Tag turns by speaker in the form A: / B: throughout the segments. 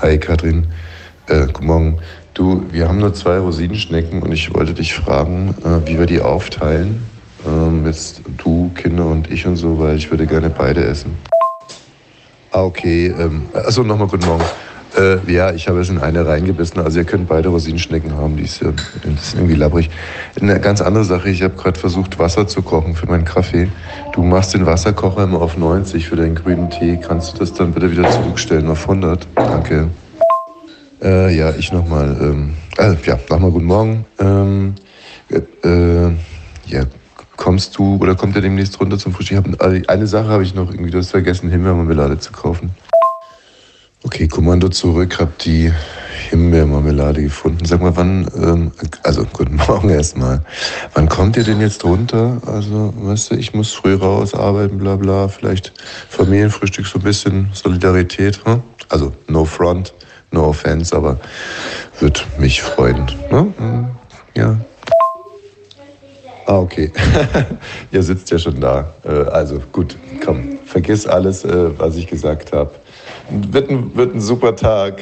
A: Hi Katrin, äh, guten Morgen. Du, wir haben nur zwei Rosinenschnecken und ich wollte dich fragen, äh, wie wir die aufteilen. Ähm, jetzt du, Kinder und ich und so, weil ich würde gerne beide essen. Ah, okay. Ähm, achso, nochmal guten Morgen. Äh, ja, ich habe es in eine reingebissen. Also ihr könnt beide Rosinenschnecken haben, die ist, ja, das ist irgendwie labbrig. Eine ganz andere Sache, ich habe gerade versucht, Wasser zu kochen für meinen Kaffee. Du machst den Wasserkocher immer auf 90 für deinen grünen Tee. Kannst du das dann bitte wieder zurückstellen auf 100? Danke. Äh, ja, ich nochmal. Ähm, äh, ja, nochmal guten Morgen. Ähm, äh, äh, ja, kommst du oder kommt ihr demnächst runter zum Frühstück? Ich hab, äh, eine Sache habe ich noch irgendwie, du hast vergessen, Himbeermarmelade zu kaufen. Okay, Kommando zurück, hab die Himbeermarmelade gefunden. Sag mal, wann, ähm, also guten Morgen erstmal. Wann kommt ihr denn jetzt runter? Also, weißt du, ich muss früh raus, arbeiten, bla bla. Vielleicht Familienfrühstück, so ein bisschen Solidarität. Hm? Also, no front, no offense, aber wird mich freuen. Ne? Hm, Ja. Ah, okay. ihr sitzt ja schon da. Äh, also, gut, komm, vergiss alles, äh, was ich gesagt habe. Wird ein, wird ein super Tag.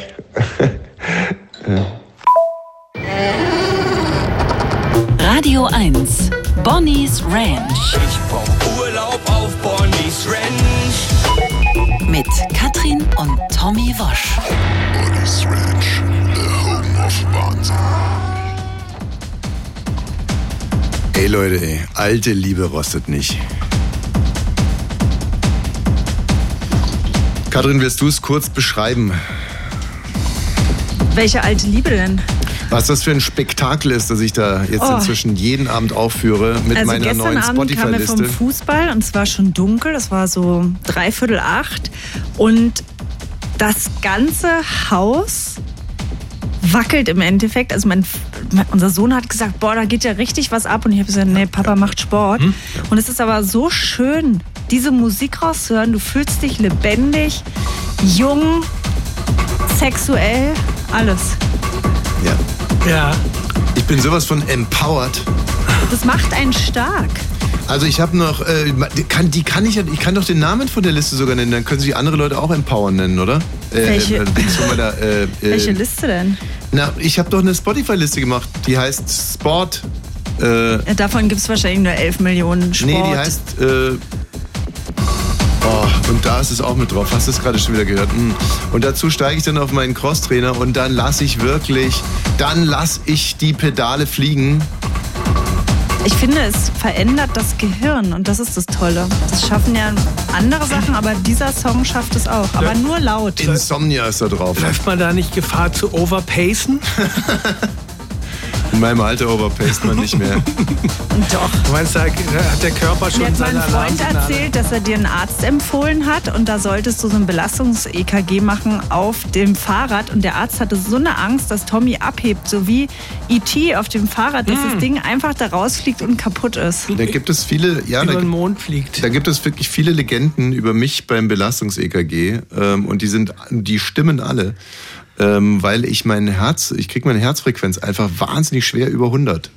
B: Radio 1. Bonnie's Ranch
C: Ich brauch Urlaub auf Bonnie's Ranch.
B: mit Katrin und Tommy Wosch.
D: Bonnie's Ranch, the home of Wahnsinn.
E: Ey Leute, ey, alte Liebe rostet nicht. Katrin, willst du es kurz beschreiben,
F: Welche alte Liebe denn?
E: was das für ein Spektakel ist, das ich da jetzt
F: Oh.
E: inzwischen jeden Abend aufführe mit
F: Also
E: meiner
F: gestern
E: neuen
F: Abend kam er vom
E: Spotify-Liste?
F: Fußball und es war schon dunkel, es war so dreiviertel acht und das ganze Haus wackelt im Endeffekt. Also mein, mein, unser Sohn hat gesagt, boah, da geht ja richtig was ab und ich habe gesagt, nee, Papa macht Sport.
E: Hm?
F: Und es ist aber so schön, diese Musik rauszuhören. Du fühlst dich lebendig, jung, sexuell, alles.
E: Ja.
G: Ja.
E: Ich bin sowas von empowered.
F: Das macht einen stark.
E: Also ich habe noch, äh, die kann, die kann ich, ja- ich kann doch den Namen von der Liste sogar nennen, dann können sich andere Leute auch empowern nennen, oder? Äh,
F: Welche-
E: äh, bin ich schon mal da, äh, äh,
F: Welche Liste denn?
E: Na, ich habe doch eine Spotify-Liste gemacht, die heißt Sport. Äh,
F: Ja, Davon gibt es wahrscheinlich nur 11 Millionen Sport.
E: Nee, die heißt. Äh, oh, und da ist es auch mit drauf. Hast du es gerade schon wieder gehört? Hm. Und dazu steige ich dann auf meinen Crosstrainer und dann lasse ich wirklich, dann lasse ich die Pedale fliegen.
F: ich finde, es verändert das Gehirn und das ist das Tolle. Das schaffen ja andere Sachen, aber dieser Song schafft es auch. Aber nur laut.
E: Insomnia ist da drauf.
G: Läuft man da nicht Gefahr zu overpacen?
E: In meinem Alter overpaced man nicht mehr.
F: Doch.
G: Du meinst, da hat der Körper schon
F: Mir hat mein
G: seine
F: Freund
G: Alarmsignale.
F: erzählt, dass er dir einen Arzt empfohlen hat und da solltest du so ein Belastungs-EKG machen auf dem Fahrrad und der Arzt hatte so eine Angst, dass Tommy abhebt, so wie E.T. auf dem Fahrrad, dass das Ding einfach da rausfliegt und kaputt ist.
E: Da gibt es viele, ja,
G: Über
E: da,
G: den Mond fliegt.
E: da gibt es wirklich viele Legenden über mich beim Belastungs-EKG ähm, und die sind, die stimmen alle, ähm, weil ich mein Herz, ich krieg meine Herzfrequenz einfach wahnsinnig schwer über 100.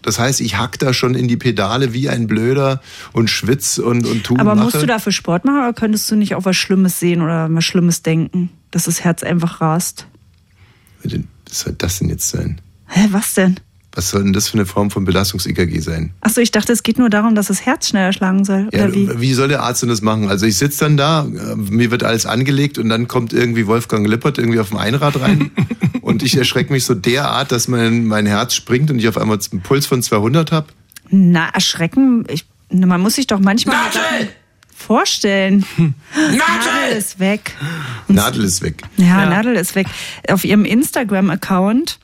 E: Das heißt, ich hack da schon in die Pedale wie ein Blöder und schwitz und, und tu und
F: Aber
E: mache.
F: musst du dafür Sport machen oder könntest du nicht auch was Schlimmes sehen oder was Schlimmes denken, dass das Herz einfach rast?
E: Was soll das denn jetzt sein?
F: Hä, was denn?
E: Was soll denn das für eine Form von Belastungs-EKG sein?
F: Achso, ich dachte, es geht nur darum, dass das Herz schneller schlagen soll.
E: Ja, äh,
F: oder wie?
E: wie soll der Arzt denn das machen? Also ich sitze dann da, äh, mir wird alles angelegt und dann kommt irgendwie Wolfgang Lippert irgendwie auf dem Einrad rein und ich erschrecke mich so derart, dass mein, mein Herz springt und ich auf einmal einen Puls von 200 habe.
F: Na, erschrecken. Ich, na, man muss sich doch manchmal Nadel! vorstellen.
E: Hm.
F: Nadel! ist weg.
E: Nadel ist weg.
F: Ja, Nadel ist weg. Auf ihrem Instagram-Account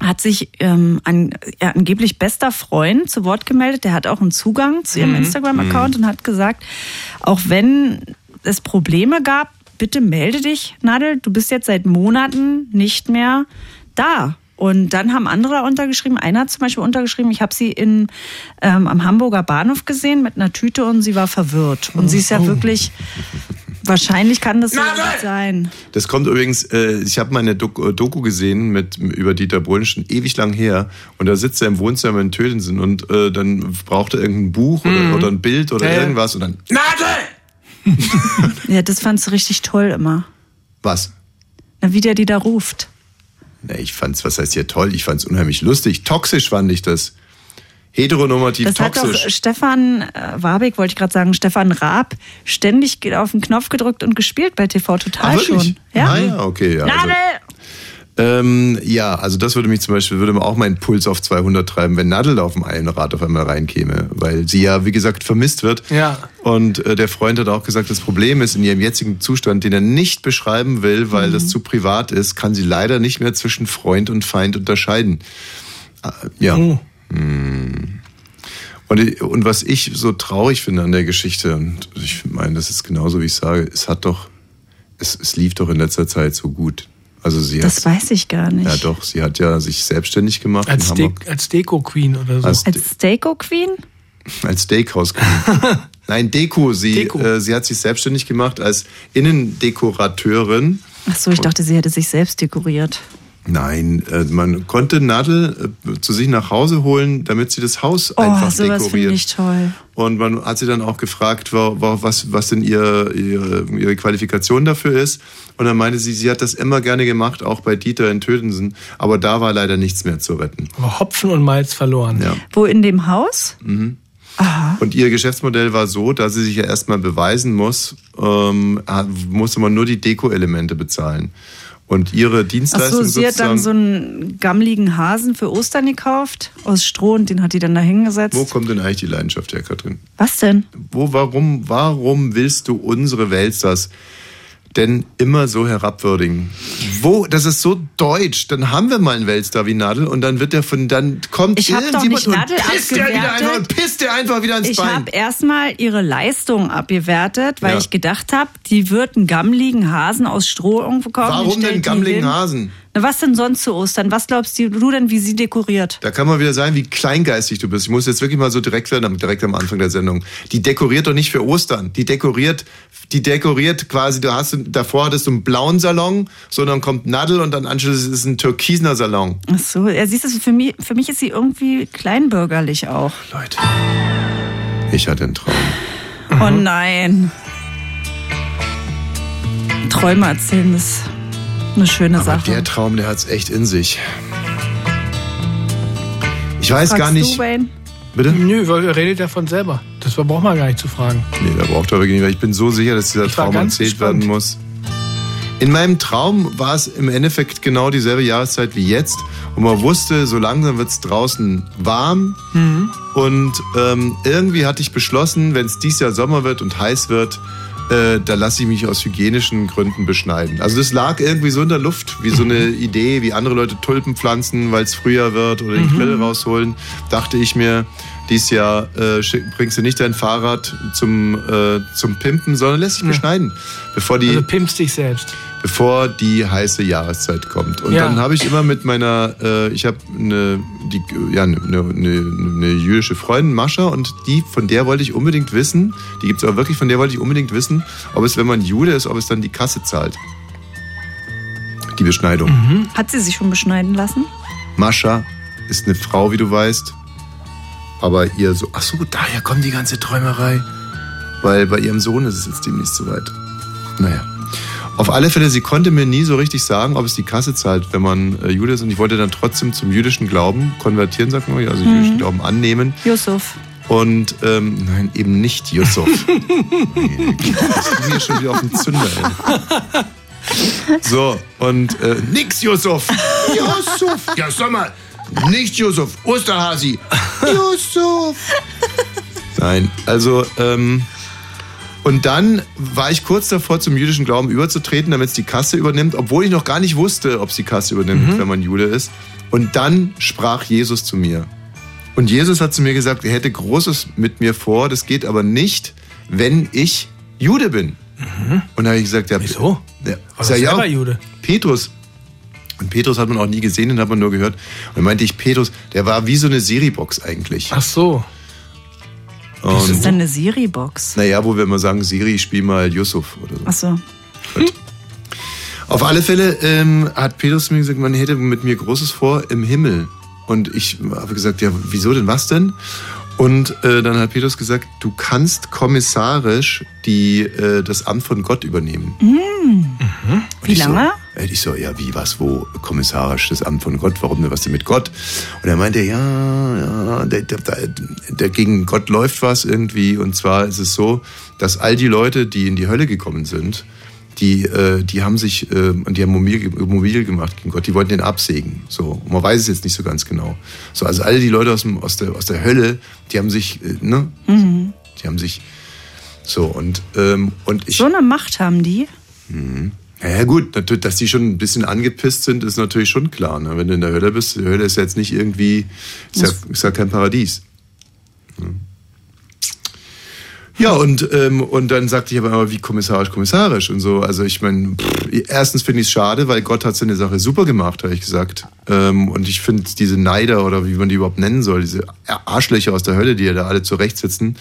F: hat sich ähm, an, ja, angeblich bester Freund zu Wort gemeldet. Der hat auch einen Zugang zu ihrem Instagram-Account und hat gesagt, auch wenn es Probleme gab, bitte melde dich, Nadel. Du bist jetzt seit Monaten nicht mehr da. Und dann haben andere da untergeschrieben. Einer hat zum Beispiel untergeschrieben, ich habe sie in, ähm, am Hamburger Bahnhof gesehen mit einer Tüte und sie war verwirrt. Und sie ist ja wirklich, wahrscheinlich kann das so nicht sein.
E: Das kommt übrigens, äh, ich habe meine Doku, Doku gesehen mit, über Dieter Bohlen schon ewig lang her. Und da sitzt er im Wohnzimmer in Tötensen und äh, dann braucht er irgendein Buch oder, oder ein Bild oder
G: Ja, ja.
E: irgendwas und dann
F: Ja, das fandst du richtig toll immer.
E: was?
F: Na, wie der die da ruft.
E: Na, ich fand's, was heißt hier toll? Ich fand's unheimlich lustig. Toxisch fand ich das. Heteronormativ
F: Das hat doch
E: toxisch.
F: Stefan äh, Warbeck, wollte ich gerade sagen, Stefan Raab, ständig ge- auf den Knopf gedrückt und gespielt bei TV Total
E: Ah, wirklich?
F: schon.
E: Ah, ja, okay, ja, also-
F: Nadel!
E: Ähm, ja, also das würde mich zum Beispiel, würde mir auch meinen Puls auf 200 treiben, wenn Nadel auf dem Eilenrad auf einmal reinkäme, weil sie ja, wie gesagt, vermisst wird.
G: Ja.
E: Und äh, der Freund hat auch gesagt, das Problem ist, in ihrem jetzigen Zustand, den er nicht beschreiben will,
F: Mhm.
E: weil das zu privat ist, kann sie leider nicht mehr zwischen Freund und Feind unterscheiden. Äh, ja.
G: Mhm. Oh,
E: Und, und was ich so traurig finde an der Geschichte, und ich meine, das ist genauso, wie ich sage, es hat doch, es, es lief doch in letzter Zeit so gut. Also sie hat
F: Das weiß ich gar nicht.
E: ja, doch. Sie hat ja sich selbstständig gemacht
G: Als,
E: in
G: De
E: Hamburg.
G: als Deko-Queen oder so.
E: Als,
F: Als Steako Queen?
E: als Steakhouse. Nein, Deko. Sie,
G: Deko.
E: Äh, sie hat sich selbstständig gemacht als Innendekorateurin.
F: Ach so, ich dachte, sie hätte sich selbst dekoriert.
E: Nein, äh, man konnte Nadel äh, zu sich nach Hause holen, damit sie das Haus
F: Oh,
E: einfach
F: sowas
E: dekoriert.
F: finde ich toll.
E: Und man hat sie dann auch gefragt, wa- wa- was, was denn ihr, ihre, ihre Qualifikation dafür ist. Und dann meinte sie, sie hat das immer gerne gemacht, auch bei Dieter in Tödensen. Aber da war leider nichts mehr zu retten.
G: Aber Hopfen und Malz verloren.
E: Ja.
F: Wo in dem Haus? Ah.
E: Und ihr Geschäftsmodell war so, dass sie sich ja erstmal beweisen muss, ähm, ha- musste man nur die Deko-Elemente bezahlen. Und ihre
F: Ach so,
E: Dienstleistung
F: sie hat dann
E: sozusagen,
F: so einen gammligen Hasen für Ostern gekauft aus Stroh und den hat die dann da
E: wo
F: hingesetzt.
E: kommt denn eigentlich die Leidenschaft her, Katrin?
F: Was denn?
E: Wo, warum, warum willst du unsere Weltstars denn immer so herabwürdigen? Wo, das ist so deutsch. Dann haben wir mal einen Weltstar wie Nadel und dann wird der von, dann kommt
F: Ich hab doch
E: irgendjemand
F: nicht Nadel
E: und pisst der wieder
F: abgewertet.
E: einfach und pisst der einfach wieder ins
F: Ich
E: Bein.
F: habe erstmal ihre Leistung abgewertet, weil
E: Ja.
F: ich gedacht habe, die wird einen gammligen Hasen aus Stroh irgendwo kaufen.
E: Warum
F: die stellt
E: denn
F: die
E: gammligen
F: hin.
E: Hasen?
F: Na, was denn sonst zu Ostern? Was glaubst du, du denn, wie sie dekoriert?
E: Da kann man wieder sein, wie kleingeistig du bist. Ich muss jetzt wirklich mal so direkt werden, am- direkt am Anfang der Sendung. Die dekoriert doch nicht für Ostern. Die dekoriert, die dekoriert quasi, du hast, davor hattest du einen blauen Salon, sondern kommt Nadel und dann anschließend ist es ein türkisener Salon.
F: Ach so, ja, siehst du, für mich, für mich ist sie irgendwie kleinbürgerlich auch.
E: Leute. Ich hatte einen Traum. Mhm.
F: Oh nein. Träume erzählen ist eine schöne
E: Aber
F: Sache.
E: der Traum, der hat's echt in sich. Ich weiß
F: Fragst
E: gar nicht.
F: Du, Wayne?
E: Bitte? Nee,
G: Nö, weil er redet davon selber. Das braucht man gar nicht zu fragen.
E: da braucht er wirklich nicht, weil ich bin so sicher, dass dieser
G: Ich war
E: Traum
G: ganz
E: erzählt
G: gespannt.
E: werden muss. In meinem Traum war es im Endeffekt genau dieselbe Jahreszeit wie jetzt. Und man wusste, so langsam wird es draußen warm. Und ähm, irgendwie hatte ich beschlossen, wenn es dies Jahr Sommer wird und heiß wird, äh, da lasse ich mich aus hygienischen Gründen beschneiden. Also das lag irgendwie so in der Luft, wie so eine Idee, wie andere Leute Tulpen pflanzen, weil es früher wird oder die Grille rausholen. Dachte ich mir, dies Jahr äh, schick- bringst du nicht dein Fahrrad zum, äh, zum Pimpen, sondern lässt dich beschneiden, bevor die
G: Also pimpst dich selbst.
E: bevor die heiße Jahreszeit kommt. Und
G: Ja.
E: dann habe ich immer mit meiner, äh, ich habe eine, die, ja, eine, eine, eine jüdische Freundin, Mascha, und die, von der wollte ich unbedingt wissen, die gibt's aber wirklich, von der wollte ich unbedingt wissen, ob es, wenn man Jude ist, ob es dann die Kasse zahlt. Die Beschneidung.
F: Hat sie sich schon beschneiden lassen?
E: Mascha ist eine Frau, wie du weißt. Aber ihr so, ach so, daher kommt die ganze Träumerei. Weil bei ihrem Sohn ist es jetzt demnächst soweit. Naja. Auf alle Fälle, sie konnte mir nie so richtig sagen, ob es die Kasse zahlt, wenn man äh, Jude ist. Und ich wollte dann trotzdem zum jüdischen Glauben konvertieren, sagt man, also jüdischen Glauben annehmen.
F: Yusuf.
E: Und ähm, nein, eben nicht Yusuf. das ist mir schon wieder auf den Zünder. Ey. So, und äh, nix Yusuf. Yusuf. Ja, sag mal. Nicht Yusuf. Osterhasi. Yusuf. Nein, also, ähm, und dann war ich kurz davor, zum jüdischen Glauben überzutreten, damit es die Kasse übernimmt, obwohl ich noch gar nicht wusste, ob es die Kasse übernimmt, wenn man Jude ist. Und dann sprach Jesus zu mir. Und Jesus hat zu mir gesagt, er hätte Großes mit mir vor, das geht aber nicht, wenn ich Jude bin. Und da habe ich gesagt, ja,
G: Wieso?
E: Ja,
G: doch
E: sag ich
G: selber
E: auch.
G: Jude.
E: Petrus. Und Petrus hat man auch nie gesehen, den hat man nur gehört. Und dann meinte ich, Petrus, der war wie so eine Siri-Box eigentlich.
G: Ach so.
F: Das
E: Und,
F: ist dann eine Siri-Box.
E: naja, wo wir immer sagen, Siri, spiel mal Yusuf oder so.
F: Ach so.
E: Auf alle Fälle ähm, hat Petrus zu mir gesagt, man hätte mit mir Großes vor im Himmel. Und ich habe gesagt, ja, wieso denn, was denn? Und äh, dann hat Petrus gesagt, du kannst kommissarisch die, äh, das Amt von Gott übernehmen. Und
F: Wie
E: ich
F: lange?
E: So, Äh, Ich so, ja, wie, was, wo? Kommissarisch, das Amt von Gott, warum denn, was denn mit Gott? Und er meinte, ja, ja, der, der, der, der gegen Gott läuft was irgendwie. Und zwar ist es so, dass all die Leute, die in die Hölle gekommen sind, die, äh, die haben sich, äh, und die haben mobil, mobil gemacht gegen Gott, die wollten den absägen. So, Und man weiß es jetzt nicht so ganz genau. So, also alle die Leute aus, dem, aus, der, aus der Hölle, die haben sich, äh, ne?
F: Mhm.
E: Die haben sich, so, und, ähm, und ich...
F: So eine Macht haben die.
E: Ja, ja gut, natürlich, dass die schon ein bisschen angepisst sind, ist natürlich schon klar. Ne? Wenn du in der Hölle bist, die Hölle ist ja jetzt nicht irgendwie, ist ja, ist ja kein Paradies. Hm. Ja, und, ähm, und dann sagte ich aber immer, wie kommissarisch, kommissarisch und so. Also ich meine, pff, erstens finde ich es schade, weil Gott hat seine Sache super gemacht, habe ich gesagt. Ähm, und ich finde diese Neider oder wie man die überhaupt nennen soll, diese Arschlöcher aus der Hölle, die ja da alle zurecht sitzen,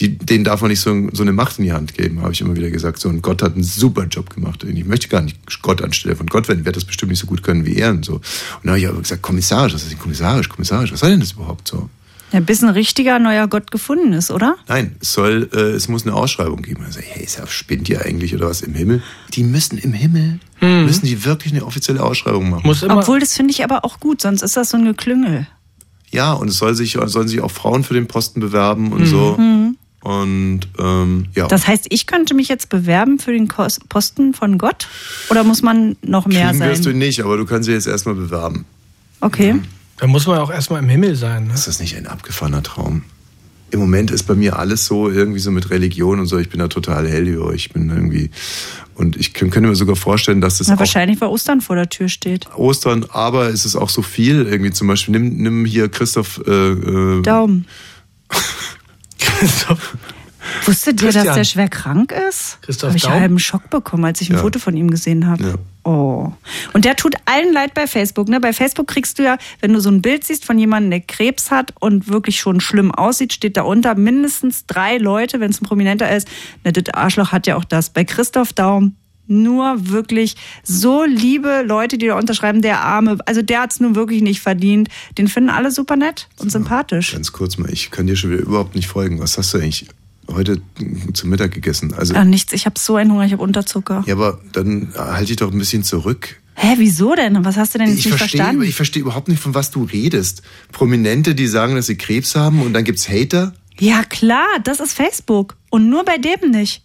E: die, denen darf man nicht so, so eine Macht in die Hand geben, habe ich immer wieder gesagt. So, und Gott hat einen super Job gemacht. Und ich möchte gar nicht Gott anstelle von Gott werden, ich werde das bestimmt nicht so gut können wie er und so. Und dann habe ich aber gesagt, kommissarisch, was ist denn kommissarisch, kommissarisch, was soll denn das überhaupt so?
F: Ja, bis ein richtiger neuer Gott gefunden ist, oder?
E: Nein, es soll, äh, es muss eine Ausschreibung geben. Also, hey, ist ja, spinnt ihr eigentlich oder was im Himmel? Die müssen im Himmel,
F: Mhm.
E: müssen die wirklich eine offizielle Ausschreibung machen.
G: Muss immer.
F: Obwohl, das finde ich aber auch gut, sonst ist das so ein Geklüngel.
E: Ja, und es soll sich, sollen sich auch Frauen für den Posten bewerben und so. Und ähm, ja,
F: Mhm. Das heißt, ich könnte mich jetzt bewerben für den Kos- Posten von Gott? Oder muss man noch mehr
E: kriegen wirst du
F: sein?
E: nicht, aber du kannst dich jetzt erstmal bewerben.
F: Okay.
G: da muss man auch erstmal im Himmel sein. Ne?
E: Ist das nicht ein abgefahrener Traum? Im Moment ist bei mir alles so, irgendwie so mit Religion und so. Ich bin da total hellhörig. Ich bin irgendwie. Und ich kann- könnte mir sogar vorstellen, dass das
F: Na,
E: auch
F: wahrscheinlich, weil Ostern vor der Tür steht.
E: Ostern, aber es ist auch so viel irgendwie. Zum Beispiel, nimm, nimm hier Christoph. Äh, äh,
F: Daumen.
G: Christoph,
F: Wusstet ihr, dass
G: Christian.
F: der schwer krank ist?
G: Christoph
F: Habe ich
G: Daum?
F: einen halben Schock bekommen, als ich ein
E: Ja.
F: Foto von ihm gesehen habe. Oh. Und der tut allen leid bei Facebook. Ne? Bei Facebook kriegst du ja, wenn du so ein Bild siehst von jemandem, der Krebs hat und wirklich schon schlimm aussieht, steht da unter mindestens drei Leute, wenn es ein Prominenter ist. Na, das Arschloch hat ja auch das. Bei Christoph Daum nur wirklich so liebe Leute, die da unterschreiben, der Arme, also der hat's nun wirklich nicht verdient. Den finden alle super nett und sympathisch.
E: ganz kurz mal, ich kann dir schon wieder überhaupt nicht folgen. Was hast du eigentlich heute zum Mittag gegessen? Also,
F: Ah, nichts, ich habe so einen Hunger, ich habe Unterzucker.
E: ja, aber dann halte ich doch ein bisschen zurück.
F: Hä, wieso denn? Was hast du denn jetzt
E: Ich
F: nicht
E: verstehe,
F: verstanden?
E: ich verstehe überhaupt nicht, von was du redest. Prominente, die sagen, dass sie Krebs haben und dann gibt's Hater.
F: ja, klar, das ist Facebook. Und nur bei dem nicht.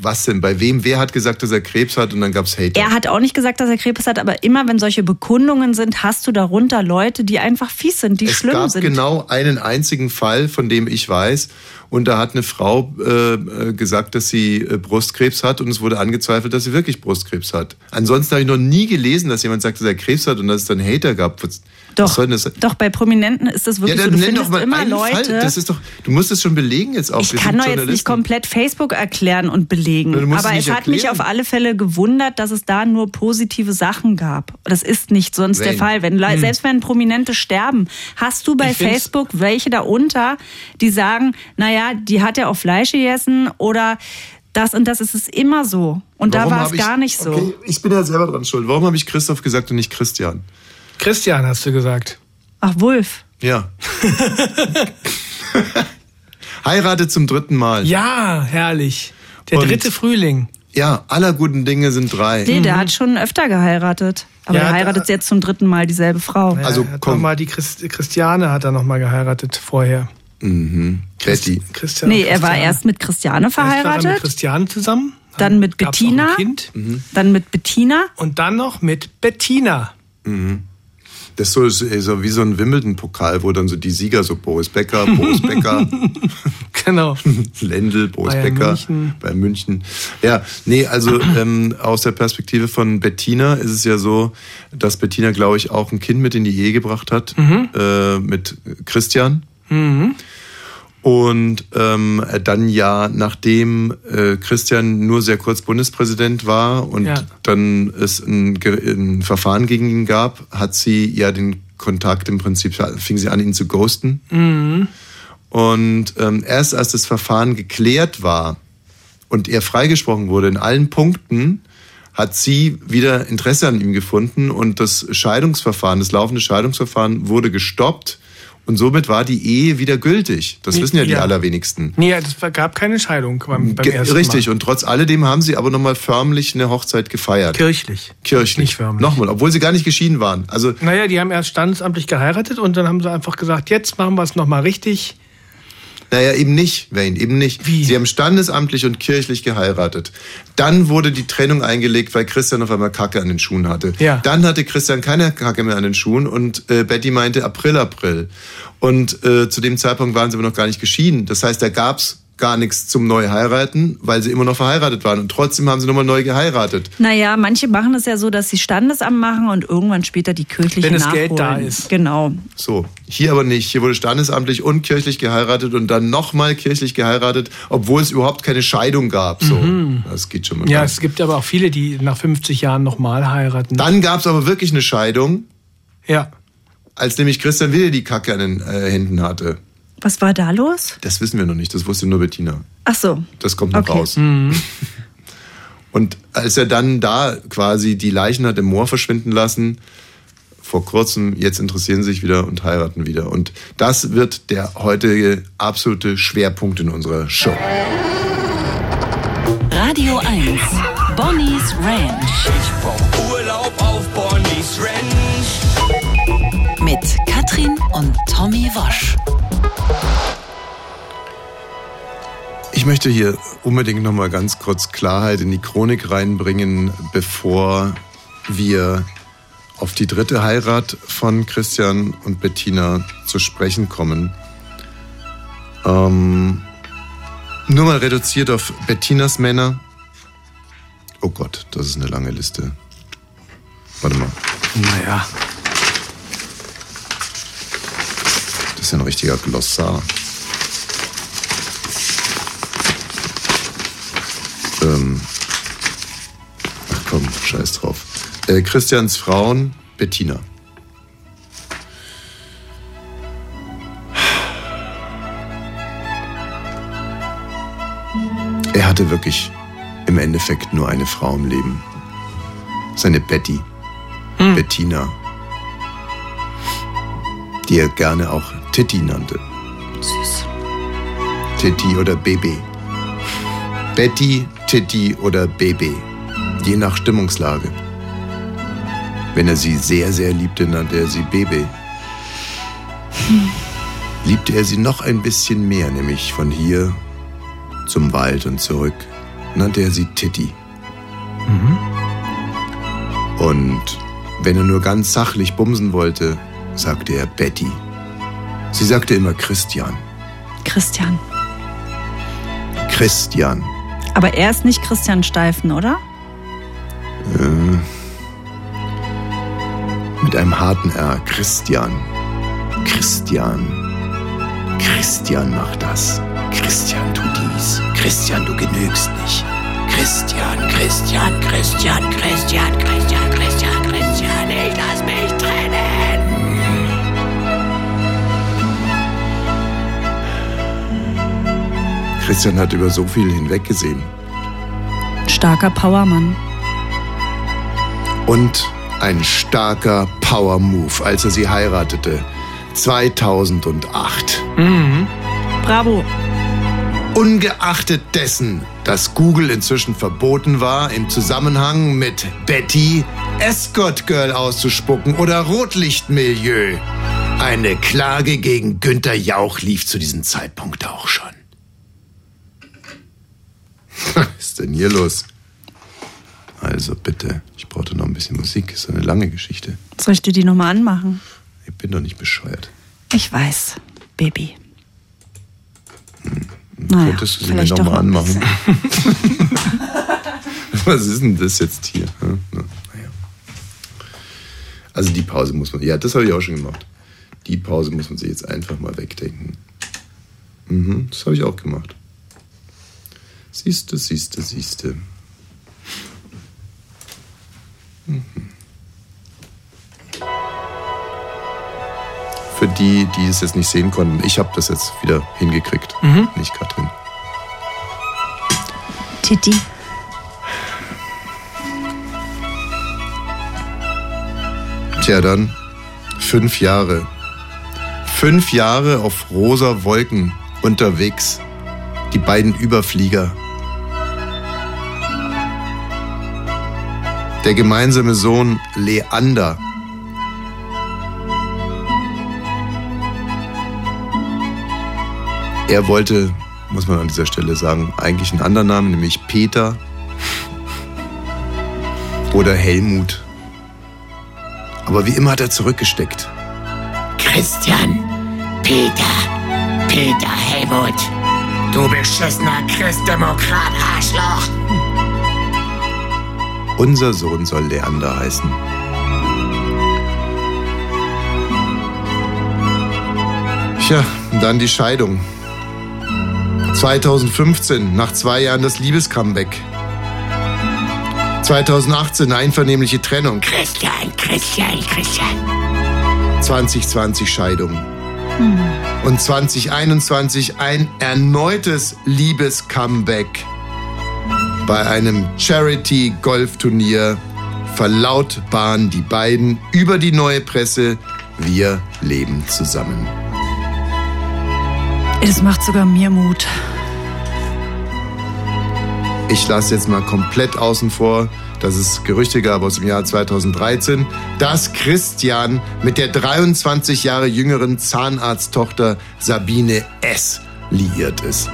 E: Was denn? Bei wem? Wer hat gesagt, dass er Krebs hat und dann gab's Hater?
F: Er hat auch nicht gesagt, dass er Krebs hat, aber immer wenn solche Bekundungen sind, hast du darunter Leute, die einfach fies sind, die
E: es
F: schlimm
E: gab
F: sind.
E: genau einen einzigen Fall, von dem ich weiß. Und da hat eine Frau äh, äh, gesagt, dass sie äh, Brustkrebs hat und es wurde angezweifelt, dass sie wirklich Brustkrebs hat. Ansonsten habe ich noch nie gelesen, dass jemand sagt, dass er Krebs hat und dass es dann Hater gab. Was, was
F: doch,
E: soll denn das? sein?
F: doch, bei Prominenten ist das
E: Ja,
F: wirklich
E: dann
F: so. Du
E: nenn doch
F: findest
E: mal
F: immer
E: einen
F: Leute.
E: Fall. Das ist doch, du musst es schon belegen jetzt auch.
F: ich
E: Wir
F: kann
E: sind
F: doch jetzt nicht
E: Journalisten.
F: komplett Facebook erklären und belegen.
E: Du musst es
F: Aber es
E: nicht
F: hat mich
E: erklären.
F: auf alle Fälle gewundert, dass es da nur positive Sachen gab. Das ist nicht sonst der
E: Wenn.
F: Fall. Wenn,
E: Hm.
F: Le- Selbst wenn Prominente sterben, hast du bei
G: Ich find's-
F: Facebook welche darunter, die sagen, naja, die hat ja auch Fleisch gegessen oder das und das. Es ist immer so. Und
E: Warum
F: da war
E: hab
F: es
E: ich-
F: gar nicht so.
E: Okay, ich bin ja selber dran schuld. Warum habe ich Christoph gesagt und nicht Christian?
G: Christian hast du gesagt.
F: Ach, Wolf.
E: Ja. Heirate zum dritten Mal.
G: Ja, herrlich. Der
E: Und-
G: dritte Frühling.
E: Ja, aller guten Dinge sind drei.
F: Nee, der hat schon öfter geheiratet. Aber
G: Ja,
F: er
G: da-
F: heiratet jetzt zum dritten Mal dieselbe Frau.
G: Ja,
E: Also,
G: er hat
E: komm.
G: noch mal die Christ Christiane hat er noch mal geheiratet vorher.
E: Betty.
G: Christian.
F: Nee,
G: und
F: er war
G: Christiane.
F: erst mit Christiane
G: Erst war er
F: verheiratet.
G: mit Christiane zusammen.
F: Dann mit
G: gab's noch
F: Bettina.
G: Ein kind.
E: Mhm.
F: Dann mit Bettina.
G: Und dann noch mit Bettina.
E: Das ist so, so wie so ein Wimbledon-Pokal, wo dann so die Sieger so Boris Becker, Boris Becker,
G: Genau.
E: Lendl, Boris
G: Bayern
E: Becker,
G: München.
E: bei München. Ja, nee, also ähm, aus der Perspektive von Bettina ist es ja so, dass Bettina, glaube ich, auch ein Kind mit in die Ehe gebracht hat, äh, mit Christian. Und ähm, dann ja, nachdem äh, Christian nur sehr kurz Bundespräsident war und
G: Ja.
E: dann es ein, Ge- ein Verfahren gegen ihn gab, hat sie ja den Kontakt im Prinzip, fing sie an, ihn zu ghosten. Und ähm, erst als das Verfahren geklärt war und er freigesprochen wurde in allen Punkten, hat sie wieder Interesse an ihm gefunden und das Scheidungsverfahren, das laufende Scheidungsverfahren wurde gestoppt Und somit war die Ehe wieder gültig. Das
G: Nee,
E: wissen ja die
G: ja.
E: allerwenigsten.
G: Nee, es gab keine Scheidung beim, beim
E: Ge-
G: ersten
E: Richtig,
G: Mal.
E: und trotz alledem haben sie aber nochmal förmlich eine Hochzeit gefeiert.
H: Kirchlich.
E: Kirchlich.
G: Nicht förmlich.
E: Nochmal, obwohl sie gar nicht geschieden waren. Also
G: Naja, die haben erst standesamtlich geheiratet und dann haben sie einfach gesagt, jetzt machen wir es nochmal richtig.
E: Naja, eben nicht, Wayne, eben nicht.
G: Wie?
E: Sie haben standesamtlich und kirchlich geheiratet. Dann wurde die Trennung eingelegt, weil Christian auf einmal Kacke an den Schuhen hatte.
G: Ja.
E: Dann hatte Christian keine Kacke mehr an den Schuhen und äh, Betty meinte April, April. Und äh, zu dem Zeitpunkt waren sie aber noch gar nicht geschieden. Das heißt, da gab's gar nichts zum Neuheiraten, weil sie immer noch verheiratet waren. Und trotzdem haben sie nochmal neu geheiratet.
F: Naja, manche machen es ja so, dass sie Standesamt machen und irgendwann später die kirchliche
G: Wenn das
F: nachholen.
G: Geld da ist.
F: Genau.
E: So, hier aber nicht. Hier wurde standesamtlich und kirchlich geheiratet und dann nochmal kirchlich geheiratet, obwohl es überhaupt keine Scheidung gab. So, das geht schon mal.
G: Mhm. Ja,
E: gar
G: es gibt aber auch viele, die nach 50 Jahren nochmal heiraten.
E: Dann gab es aber wirklich eine Scheidung,
G: ja.
E: als nämlich Christian Wille die Kacke an den äh, Händen hatte.
F: Was war da los?
E: Das wissen wir noch nicht, das wusste nur Bettina.
F: Ach so.
E: Das kommt noch
F: Okay.
E: raus. Und als er dann da quasi die Leichen hat im Moor verschwinden lassen, vor kurzem, jetzt interessieren sie sich wieder und heiraten wieder. Und das wird der heutige absolute Schwerpunkt in unserer Show.
B: Radio 1. Bonnie's Ranch.
C: Ich brauch Urlaub auf Bonnie's Ranch.
B: Mit Katrin und Tommy Wosch.
E: Ich möchte hier unbedingt noch mal ganz kurz Klarheit in die Chronik reinbringen, bevor wir auf die dritte Heirat von Christian und Bettina zu sprechen kommen. Ähm, nur mal reduziert auf Bettinas Männer. Oh Gott, das ist eine lange Liste. Warte mal,
H: Naja.
E: das ist ja ein richtiger Glossar. Ähm, ach komm, scheiß drauf. Äh, Christians Frauen, Bettina. Er hatte wirklich im Endeffekt nur eine Frau im Leben. Seine Betty. Bettina. Die er gerne auch Titti nannte. Süß. Titti oder Baby. Betty, Titti oder Baby. Je nach Stimmungslage. Wenn er sie sehr, sehr liebte, nannte er sie Baby. Liebte er sie noch ein bisschen mehr, nämlich von hier zum Wald und zurück, nannte er sie Titti. Und wenn er nur ganz sachlich bumsen wollte, sagte er Betty. Sie sagte immer Christian.
F: Christian.
E: Christian.
F: Aber er ist nicht Christian Steifen, oder?
E: Äh. Mit einem harten R. Christian. Christian. Christian macht das. Christian, tu dies. Christian, du genügst nicht. Christian, Christian, Christian, Christian, Christian, Christian, Christian, ich lass mich trennen. Christian hat über so viel hinweggesehen.
F: Starker Powermann.
E: Und ein starker Power-Move, als er sie heiratete. 2008.
F: Bravo.
E: Ungeachtet dessen, dass Google inzwischen verboten war, im Zusammenhang mit Betty Escort Girl auszuspucken oder Rotlichtmilieu. Eine Klage gegen Günther Jauch lief zu diesem Zeitpunkt auch schon. Was ist denn hier los? Also bitte, ich brauchte noch ein bisschen Musik. Ist eine lange Geschichte.
F: Soll ich dir die nochmal anmachen?
E: Ich bin doch nicht bescheuert.
F: Ich weiß, Baby. Naja,
E: Hm, Könntest du sie mir
F: vielleicht doch
E: nochmal
F: ein
E: anmachen?
F: bisschen.
E: Was ist denn das jetzt hier? Hm? Na, naja. Also die Pause muss man. Ja, das habe ich auch schon gemacht. Die Pause muss man sich jetzt einfach mal wegdenken. Mhm, das habe ich auch gemacht. Siehste, siehste, siehste. Mhm. Für die, die es jetzt nicht sehen konnten, ich habe das jetzt wieder hingekriegt. Nicht Katrin.
F: Titi.
E: Tja, dann fünf Jahre. Fünf Jahre auf rosa Wolken unterwegs. Die beiden Überflieger. Der gemeinsame Sohn Leander. Er wollte, muss man an dieser Stelle sagen, eigentlich einen anderen Namen, nämlich Peter oder Helmut. Aber wie immer hat er zurückgesteckt.
H: Christian, Peter, Peter Helmut. Du beschissener Christdemokrat-Arschloch.
E: Unser Sohn soll Leander heißen. Tja, dann die Scheidung. 2015, nach zwei Jahren das Liebescomeback. 2018, eine einvernehmliche Trennung.
H: Christian, Christian, Christian.
E: 2020 Scheidung. Und 2021 ein erneutes Liebes-Comeback. Bei einem Charity-Golfturnier verlautbaren die beiden über die neue Presse, wir leben zusammen.
F: Das macht sogar mir Mut.
E: Ich lasse jetzt mal komplett außen vor, das ist Gerüchte gab aus dem Jahr 2013, dass Christian mit der 23 Jahre jüngeren Zahnarzttochter Sabine S. liiert ist.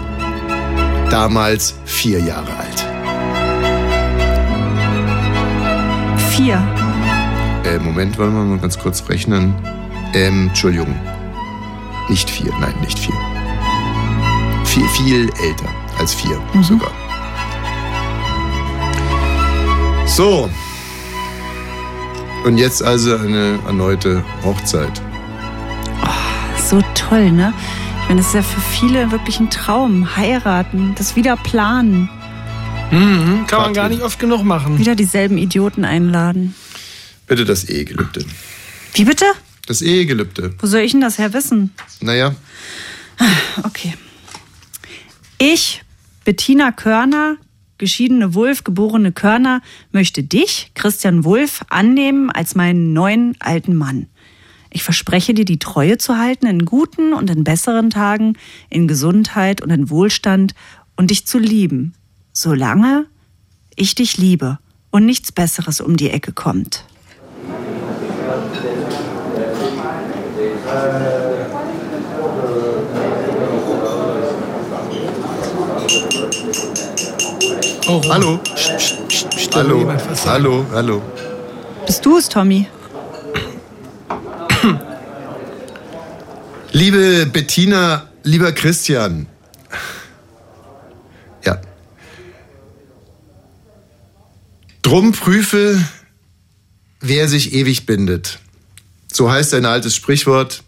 E: Damals vier Jahre alt.
F: Vier.
E: Äh, Moment, wollen wir mal ganz kurz rechnen. Ähm, Entschuldigung. Nicht vier, nein, nicht vier. Viel, viel älter als vier sogar. So. Und jetzt also eine erneute Hochzeit.
F: So toll, ne? Ich meine, das ist ja für viele wirklich ein Traum. Heiraten, das wieder planen,
G: Hm, Kann man gar nicht oft genug machen.
F: wieder dieselben Idioten einladen.
E: Bitte das Ehegelübde.
F: Wie bitte?
E: Das Ehegelübde.
F: Wo soll ich denn das her wissen?
E: Naja,
F: Okay. Ich, Bettina Körner, geschiedene Wulf, geborene Körner, möchte dich, Christian Wulf, annehmen als meinen neuen alten Mann. Ich verspreche dir, die Treue zu halten in guten und in besseren Tagen, in Gesundheit und in Wohlstand und dich zu lieben, solange ich dich liebe und nichts Besseres um die Ecke kommt.
G: Oh,
E: hallo.
G: da will
E: Hallo,
G: jemand was sagen.
E: hallo, hallo.
F: Bist du es, Tommy?
E: Liebe Bettina, lieber Christian. Ja. Drum prüfe, wer sich ewig bindet. So heißt ein altes Sprichwort.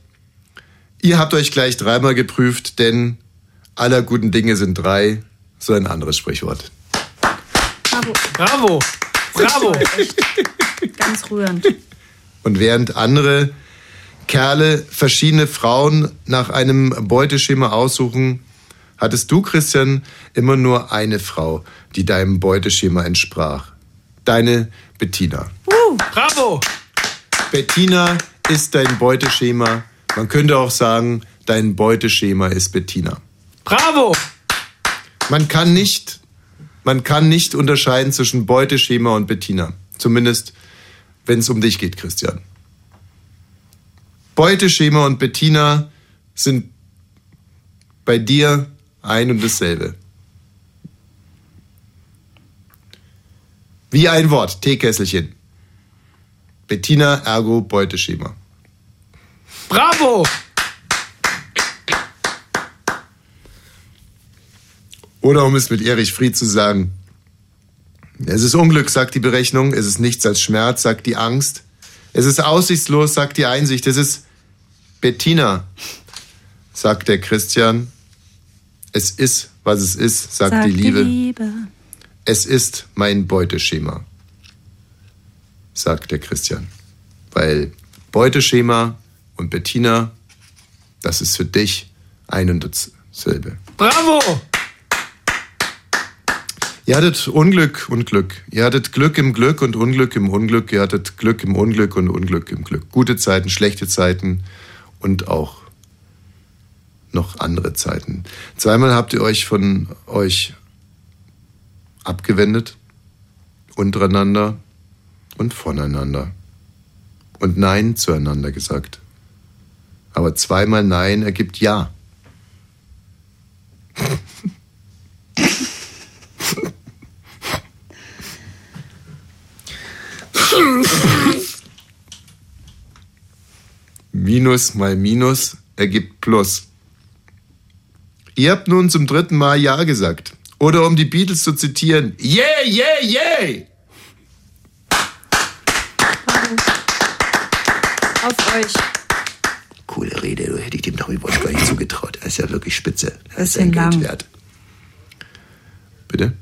E: Ihr habt euch gleich dreimal geprüft, denn aller guten Dinge sind drei. So ein anderes Sprichwort.
G: Bravo. Bravo.
F: Ganz rührend.
E: Und während andere Kerle verschiedene Frauen nach einem Beuteschema aussuchen, hattest du, Christian, immer nur eine Frau, die deinem Beuteschema entsprach. Deine Bettina.
G: Bravo.
E: Bettina ist dein Beuteschema. Man könnte auch sagen, dein Beuteschema ist Bettina.
G: Bravo.
E: Man kann nicht, man kann nicht unterscheiden zwischen Beuteschema und Bettina. Zumindest, wenn es um dich geht, Christian. Beuteschema und Bettina sind bei dir ein und dasselbe. Wie ein Wort, Teekesselchen. Bettina ergo Beuteschema.
G: Bravo.
E: Oder um es mit Erich Fried zu sagen, es ist Unglück, sagt die Berechnung, es ist nichts als Schmerz, sagt die Angst, es ist aussichtslos, sagt die Einsicht, es ist Bettina, sagt der Christian, es ist, was es ist, sagt, die Liebe,
F: Liebe.
E: es ist mein Beuteschema, sagt der Christian, weil Beuteschema und Bettina, das ist für dich ein und dasselbe.
G: Bravo.
E: Ihr hattet Unglück und Glück. Ihr hattet Glück im Glück und Unglück im Unglück. Ihr hattet Glück im Unglück und Unglück im Glück. Gute Zeiten, schlechte Zeiten und auch noch andere Zeiten. Zweimal habt ihr euch von euch abgewendet, untereinander und voneinander. Und Nein zueinander gesagt. Aber zweimal Nein ergibt Ja. Minus mal Minus ergibt Plus. Ihr habt nun zum dritten Mal Ja gesagt. Oder um die Beatles zu zitieren, yeah, yeah, yeah!
I: Auf euch.
J: Coole Rede, du hätte ich dem Tommy Bosch gar nicht zugetraut. Er ist ja wirklich spitze. Das ist
F: Bisschen
J: ein Geld
F: lang.
J: wert.
E: Bitte?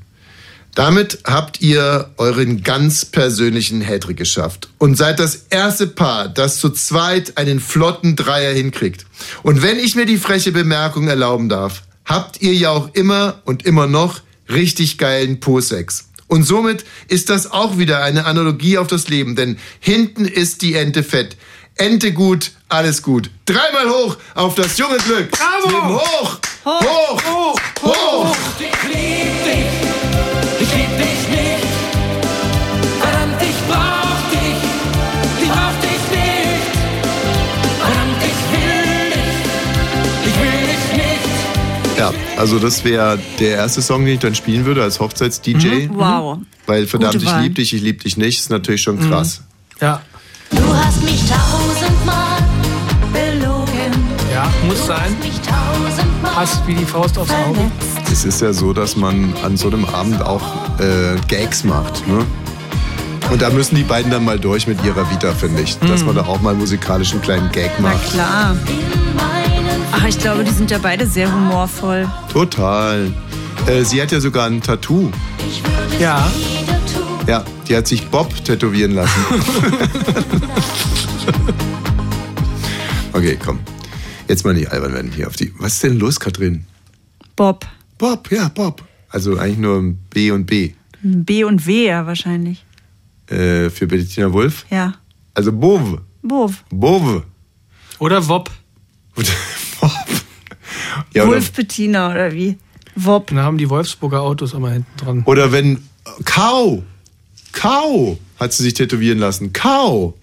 E: Damit habt ihr euren ganz persönlichen Hattrick geschafft und seid das erste Paar, das zu zweit einen flotten Dreier hinkriegt. Und wenn ich mir die freche Bemerkung erlauben darf, habt ihr ja auch immer und immer noch richtig geilen Po-Sex. Und somit ist das auch wieder eine Analogie auf das Leben, denn hinten ist die Ente fett. Ente gut, alles gut. Dreimal hoch auf das junge Glück. Bravo! Hoch! Hoch! Hoch! hoch.
C: Ich lieb dich, ich lieb dich nicht. Verdammt, ich brauch dich, ich brauch dich nicht. Verdammt, ich will dich, ich will dich nicht.
E: Ja, also das wäre der erste Song, den ich dann spielen würde als Hochzeits-DJ.
C: Mhm.
F: Wow.
E: Weil verdammt,
F: Gute
E: ich
F: Wahl.
E: lieb dich, ich lieb dich nicht, ist natürlich schon
C: Mhm.
E: krass.
G: Ja,
I: Du hast mich tausendmal belogen.
G: ja, muss sein.
I: Mich tausendmal
G: Passt wie die Faust aufs Auge.
E: Es ist ja so, dass man an so einem Abend auch äh, Gags macht. Ne? Und da müssen die beiden dann mal durch mit ihrer Vita, finde ich. Dass man da auch mal musikalisch einen kleinen Gag
F: Na
E: macht.
F: klar. Ach, ich glaube, die sind ja beide sehr humorvoll.
E: Total. Äh, sie hat ja sogar ein Tattoo.
G: Ja,
E: Ja, die hat sich Bob tätowieren lassen. okay, komm. Jetzt mal nicht albern werden hier auf die. Was ist denn los, Katrin?
F: Bob.
E: Bob, ja, Bob. Also eigentlich nur B und B.
F: B und W ja wahrscheinlich.
E: Äh, für Bettina Wolf.
F: Ja.
E: Also Bove.
F: Wurf.
E: Bove.
G: oder Wop.
E: Gut. Bob. Ja, oder,
F: Wolf Bettina oder wie? Wop.
G: Dann haben die Wolfsburger Autos immer hinten dran.
E: oder wenn. Kau. Kau. Hat sie sich tätowieren lassen. Kau.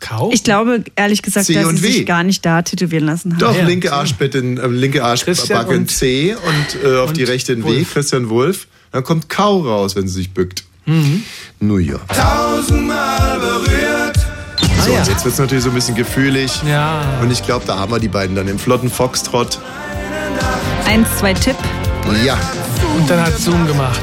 G: Kau?
F: Ich glaube, ehrlich gesagt,
E: C
F: dass
E: und
F: sie
E: W.
F: sich gar nicht da tätowieren lassen haben.
E: Doch,
G: ja,
E: linke Arschbettin, äh, linke
G: Christian
E: Arschbacke
G: und-
E: C und äh, auf die rechte ein W,
G: Wulff.
E: Christian Wolf. Dann kommt Kau raus, wenn sie sich bückt. New York.
C: Tausendmal berührt.
E: So, und jetzt wird es natürlich so ein bisschen gefühlig.
G: Ja.
E: Und ich glaube, da haben wir die beiden dann im flotten Foxtrott.
F: Eins, zwei Tipp.
E: Ja.
G: Und dann hat Zoom gemacht.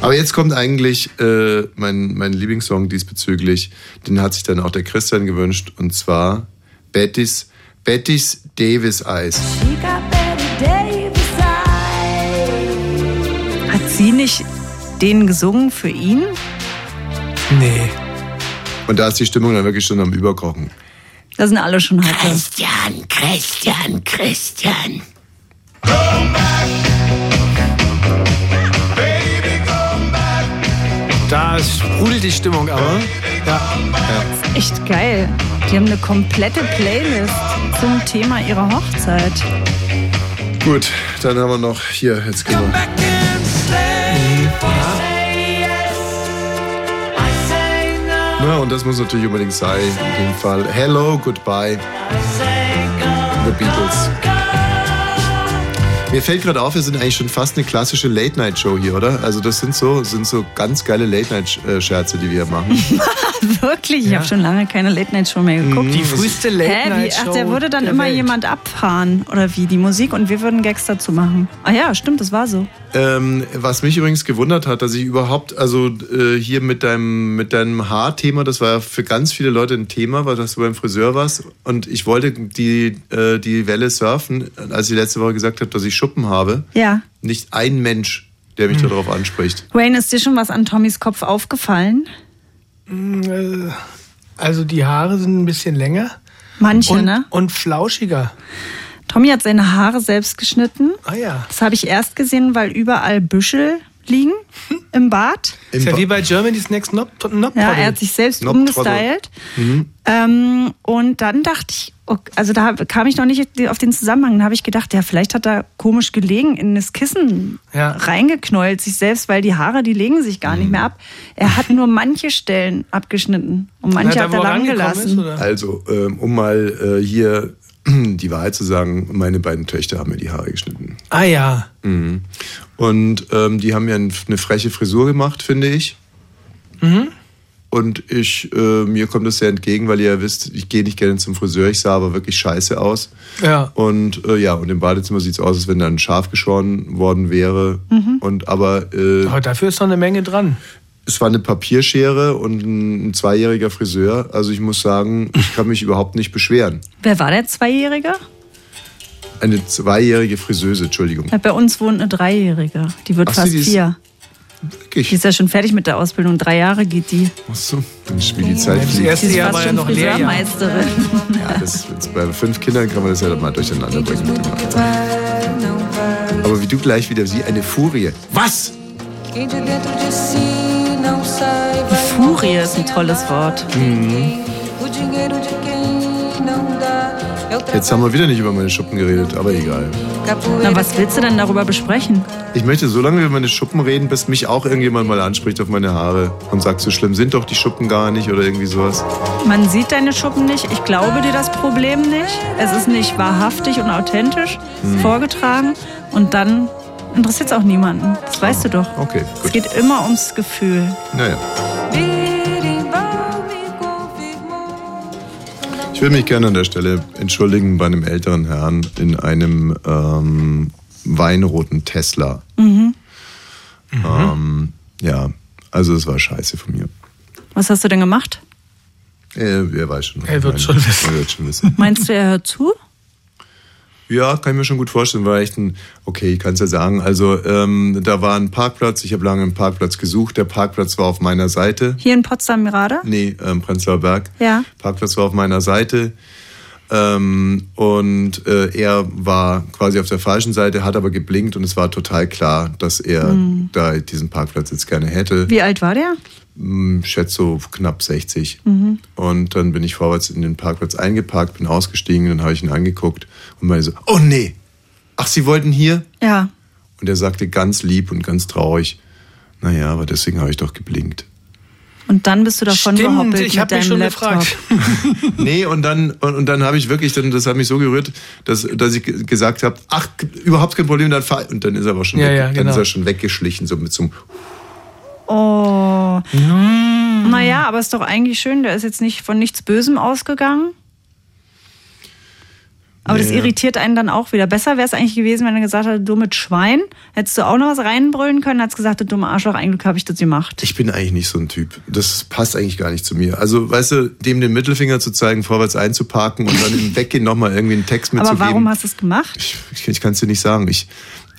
E: Aber jetzt kommt eigentlich äh, mein, mein Lieblingssong diesbezüglich. Den hat sich dann auch der Christian gewünscht. Und zwar Bettis, Bettis Davis Eis.
F: Hat sie nicht den gesungen für ihn?
G: Nee.
E: Und da ist die Stimmung dann wirklich schon am Überkochen.
F: Da sind alle schon heikel.
H: Christian, Christian, Christian.
G: Da sprudelt die Stimmung aber. Ja.
F: Echt geil. Die haben eine komplette Playlist zum Thema ihrer Hochzeit.
E: Gut, dann haben wir noch hier, jetzt gehen wir.
C: Back and slay
E: Na, und das muss natürlich unbedingt sein. In dem Fall Hello, Goodbye. The Beatles. Mir fällt gerade auf, wir sind eigentlich schon fast eine klassische Late-Night-Show hier, oder? Also das sind so, sind so ganz geile Late-Night-Scherze, die wir hier machen.
F: Wirklich? Ich habe schon lange keine Late Night Show mehr geguckt.
G: Die früheste
F: Hä, wie?
G: Late-Night-Show
F: Ach, der würde dann
G: der
F: immer
G: Welt.
F: jemand abfahren oder wie die Musik und wir würden Gags dazu machen. Ah ja, stimmt, das war so.
E: Ähm, was mich übrigens gewundert hat, dass ich überhaupt, also äh, hier mit deinem, mit deinem Haarthema, das war ja für ganz viele Leute ein Thema, weil dass du beim Friseur warst und ich wollte die, äh, die Welle surfen, als ich letzte Woche gesagt habe, dass ich Schuppen habe.
F: Ja.
E: Nicht ein Mensch, der mich darauf anspricht.
F: Wayne, ist dir schon was an Tommys Kopf aufgefallen?
G: Also die Haare sind ein bisschen länger
F: Manche,
G: und,
F: ne?
G: und flauschiger.
F: Tommy hat seine Haare selbst geschnitten.
G: Ah ja.
F: Das habe ich erst gesehen, weil überall Büschel liegen im Bad.
G: Ist ja wie bei Germany's Next Nob Nob
F: Ja, er hat sich selbst
E: Knob-
F: umgestylt. Ähm, und dann dachte ich, ok- also da kam ich noch nicht auf den Zusammenhang. Da habe ich gedacht, ja, vielleicht hat er komisch gelegen, in das Kissen
G: Ja.
F: reingeknäult sich selbst, weil die Haare, die legen sich gar nicht mehr ab. Er hat nur manche Stellen abgeschnitten und manche hat er lang gelassen.
E: Also, ähm, um mal äh, hier die Wahrheit zu sagen, meine beiden Töchter haben mir die Haare geschnitten.
G: Ah ja.
E: Mhm. Und ähm, die haben mir ein- eine freche Frisur gemacht, finde ich. Und ich, äh, mir kommt das sehr entgegen, weil ihr ja wisst, ich gehe nicht gerne zum Friseur, ich sah aber wirklich scheiße aus.
G: Ja.
E: Und äh, ja, und im Badezimmer sieht es aus, als wenn da ein Schaf geschoren worden wäre.
A: Mhm.
E: Und aber äh,
G: Aber dafür ist noch eine Menge dran.
E: es war eine Papierschere und ein, ein zweijähriger Friseur. Also ich muss sagen, ich kann mich überhaupt nicht beschweren.
F: Wer war der Zweijährige?
E: Eine zweijährige Friseuse, Entschuldigung.
F: Bei uns wohnt eine Dreijährige. Die wird
E: Ach so,
F: fast
E: die ist-
F: vier. Die
E: Wirklich.
F: ist ja schon fertig mit der Ausbildung. Drei Jahre geht die.
E: Achso, dann spielt die Zeit
G: Das
E: fliegt.
G: erste
F: Die ist
G: Jahr
F: fast
G: war ja
F: schon
G: noch leer.
F: Friseurmeisterin.
E: Ja, das, jetzt bei fünf Kindern kann man das ja dann mal durcheinander bringen. Mit dem Alter. Aber wie du gleich wieder, wie eine Furie. Was?
I: Quem de dentro de si não sai vai
F: Furie ist ein tolles Wort.
I: ninguém. O dinheiro de quem não dá é o
E: Jetzt haben wir wieder nicht über meine Schuppen geredet, aber egal.
I: capoeira.
F: Na, was willst du denn darüber besprechen?
E: Ich möchte so lange über meine Schuppen reden, bis mich auch irgendjemand mal anspricht auf meine Haare und sagt, so schlimm sind doch die Schuppen gar nicht oder irgendwie sowas.
F: Man sieht deine Schuppen nicht. Ich glaube dir das Problem nicht. Es ist nicht wahrhaftig und authentisch
G: Hm.
F: vorgetragen. Und dann interessiert es auch niemanden. Das weißt du doch.
E: Okay,
F: Es
E: gut.
F: geht immer ums Gefühl.
E: Naja.
I: Birimbau me confirmou.
E: Ich würde mich gerne an der Stelle entschuldigen bei einem älteren Herrn in einem ähm, weinroten Tesla. Ähm, ja, also es war scheiße von mir.
F: Was hast du denn gemacht?
E: Äh, wer weiß schon.
G: Er wird schon wissen.
E: Er wird schon wissen.
F: Meinst du, er hört zu?
E: Ja, kann ich mir schon gut vorstellen, war echt ein, okay, ich kann es ja sagen. Also ähm, da war ein Parkplatz, ich habe lange einen Parkplatz gesucht, der Parkplatz war auf meiner Seite.
F: Hier in Potsdam gerade?
G: Hm.
E: Nee, ähm, Prenzlauer Berg.
F: Ja.
E: Parkplatz war auf meiner Seite. Ähm, und äh, er war quasi auf der falschen Seite, hat aber geblinkt und es war total klar, dass er da diesen Parkplatz jetzt gerne hätte.
F: Wie alt war der?
E: Hm, Ich schätze so knapp 60. Und dann bin ich vorwärts in den Parkplatz eingeparkt, bin ausgestiegen, dann habe ich ihn angeguckt und meine so, oh nee, ach, Sie wollten hier?
F: Ja.
E: Und er sagte ganz lieb und ganz traurig, naja, aber deswegen habe ich doch geblinkt.
F: Und dann bist du davon
G: Stimmt,
F: gehoppelt
G: ich
F: mit
G: habe
F: deinem
G: mich schon
F: Laptop.
G: gefragt.
E: Nee, und dann, und, und dann habe ich wirklich, dann, das hat mich so gerührt, dass, dass ich ge- gesagt habe, ach, überhaupt kein Problem, dann fahr, Und dann ist er aber schon,
G: Ja,
E: weg,
G: ja,
E: dann
G: genau.
E: ist er schon weggeschlichen, so mit so einem,
F: Oh. Naja, aber ist doch eigentlich schön. Der ist jetzt nicht von nichts Bösem ausgegangen. Aber das
E: Nee.
F: irritiert einen dann auch wieder. Besser wäre es eigentlich gewesen, wenn er gesagt hätte, du mit Schwein. Hättest du auch noch was reinbrüllen können, hat gesagt, du dumme Arschloch, ein Glück habe ich das gemacht.
E: ich bin eigentlich nicht so ein Typ. Das passt eigentlich gar nicht zu mir. Also, weißt du, dem den Mittelfinger zu zeigen, vorwärts einzuparken und dann im Weggehen nochmal irgendwie einen Text mitzugeben.
F: Aber warum hast du es gemacht?
E: ich, ich, ich kann es dir nicht sagen. Ich,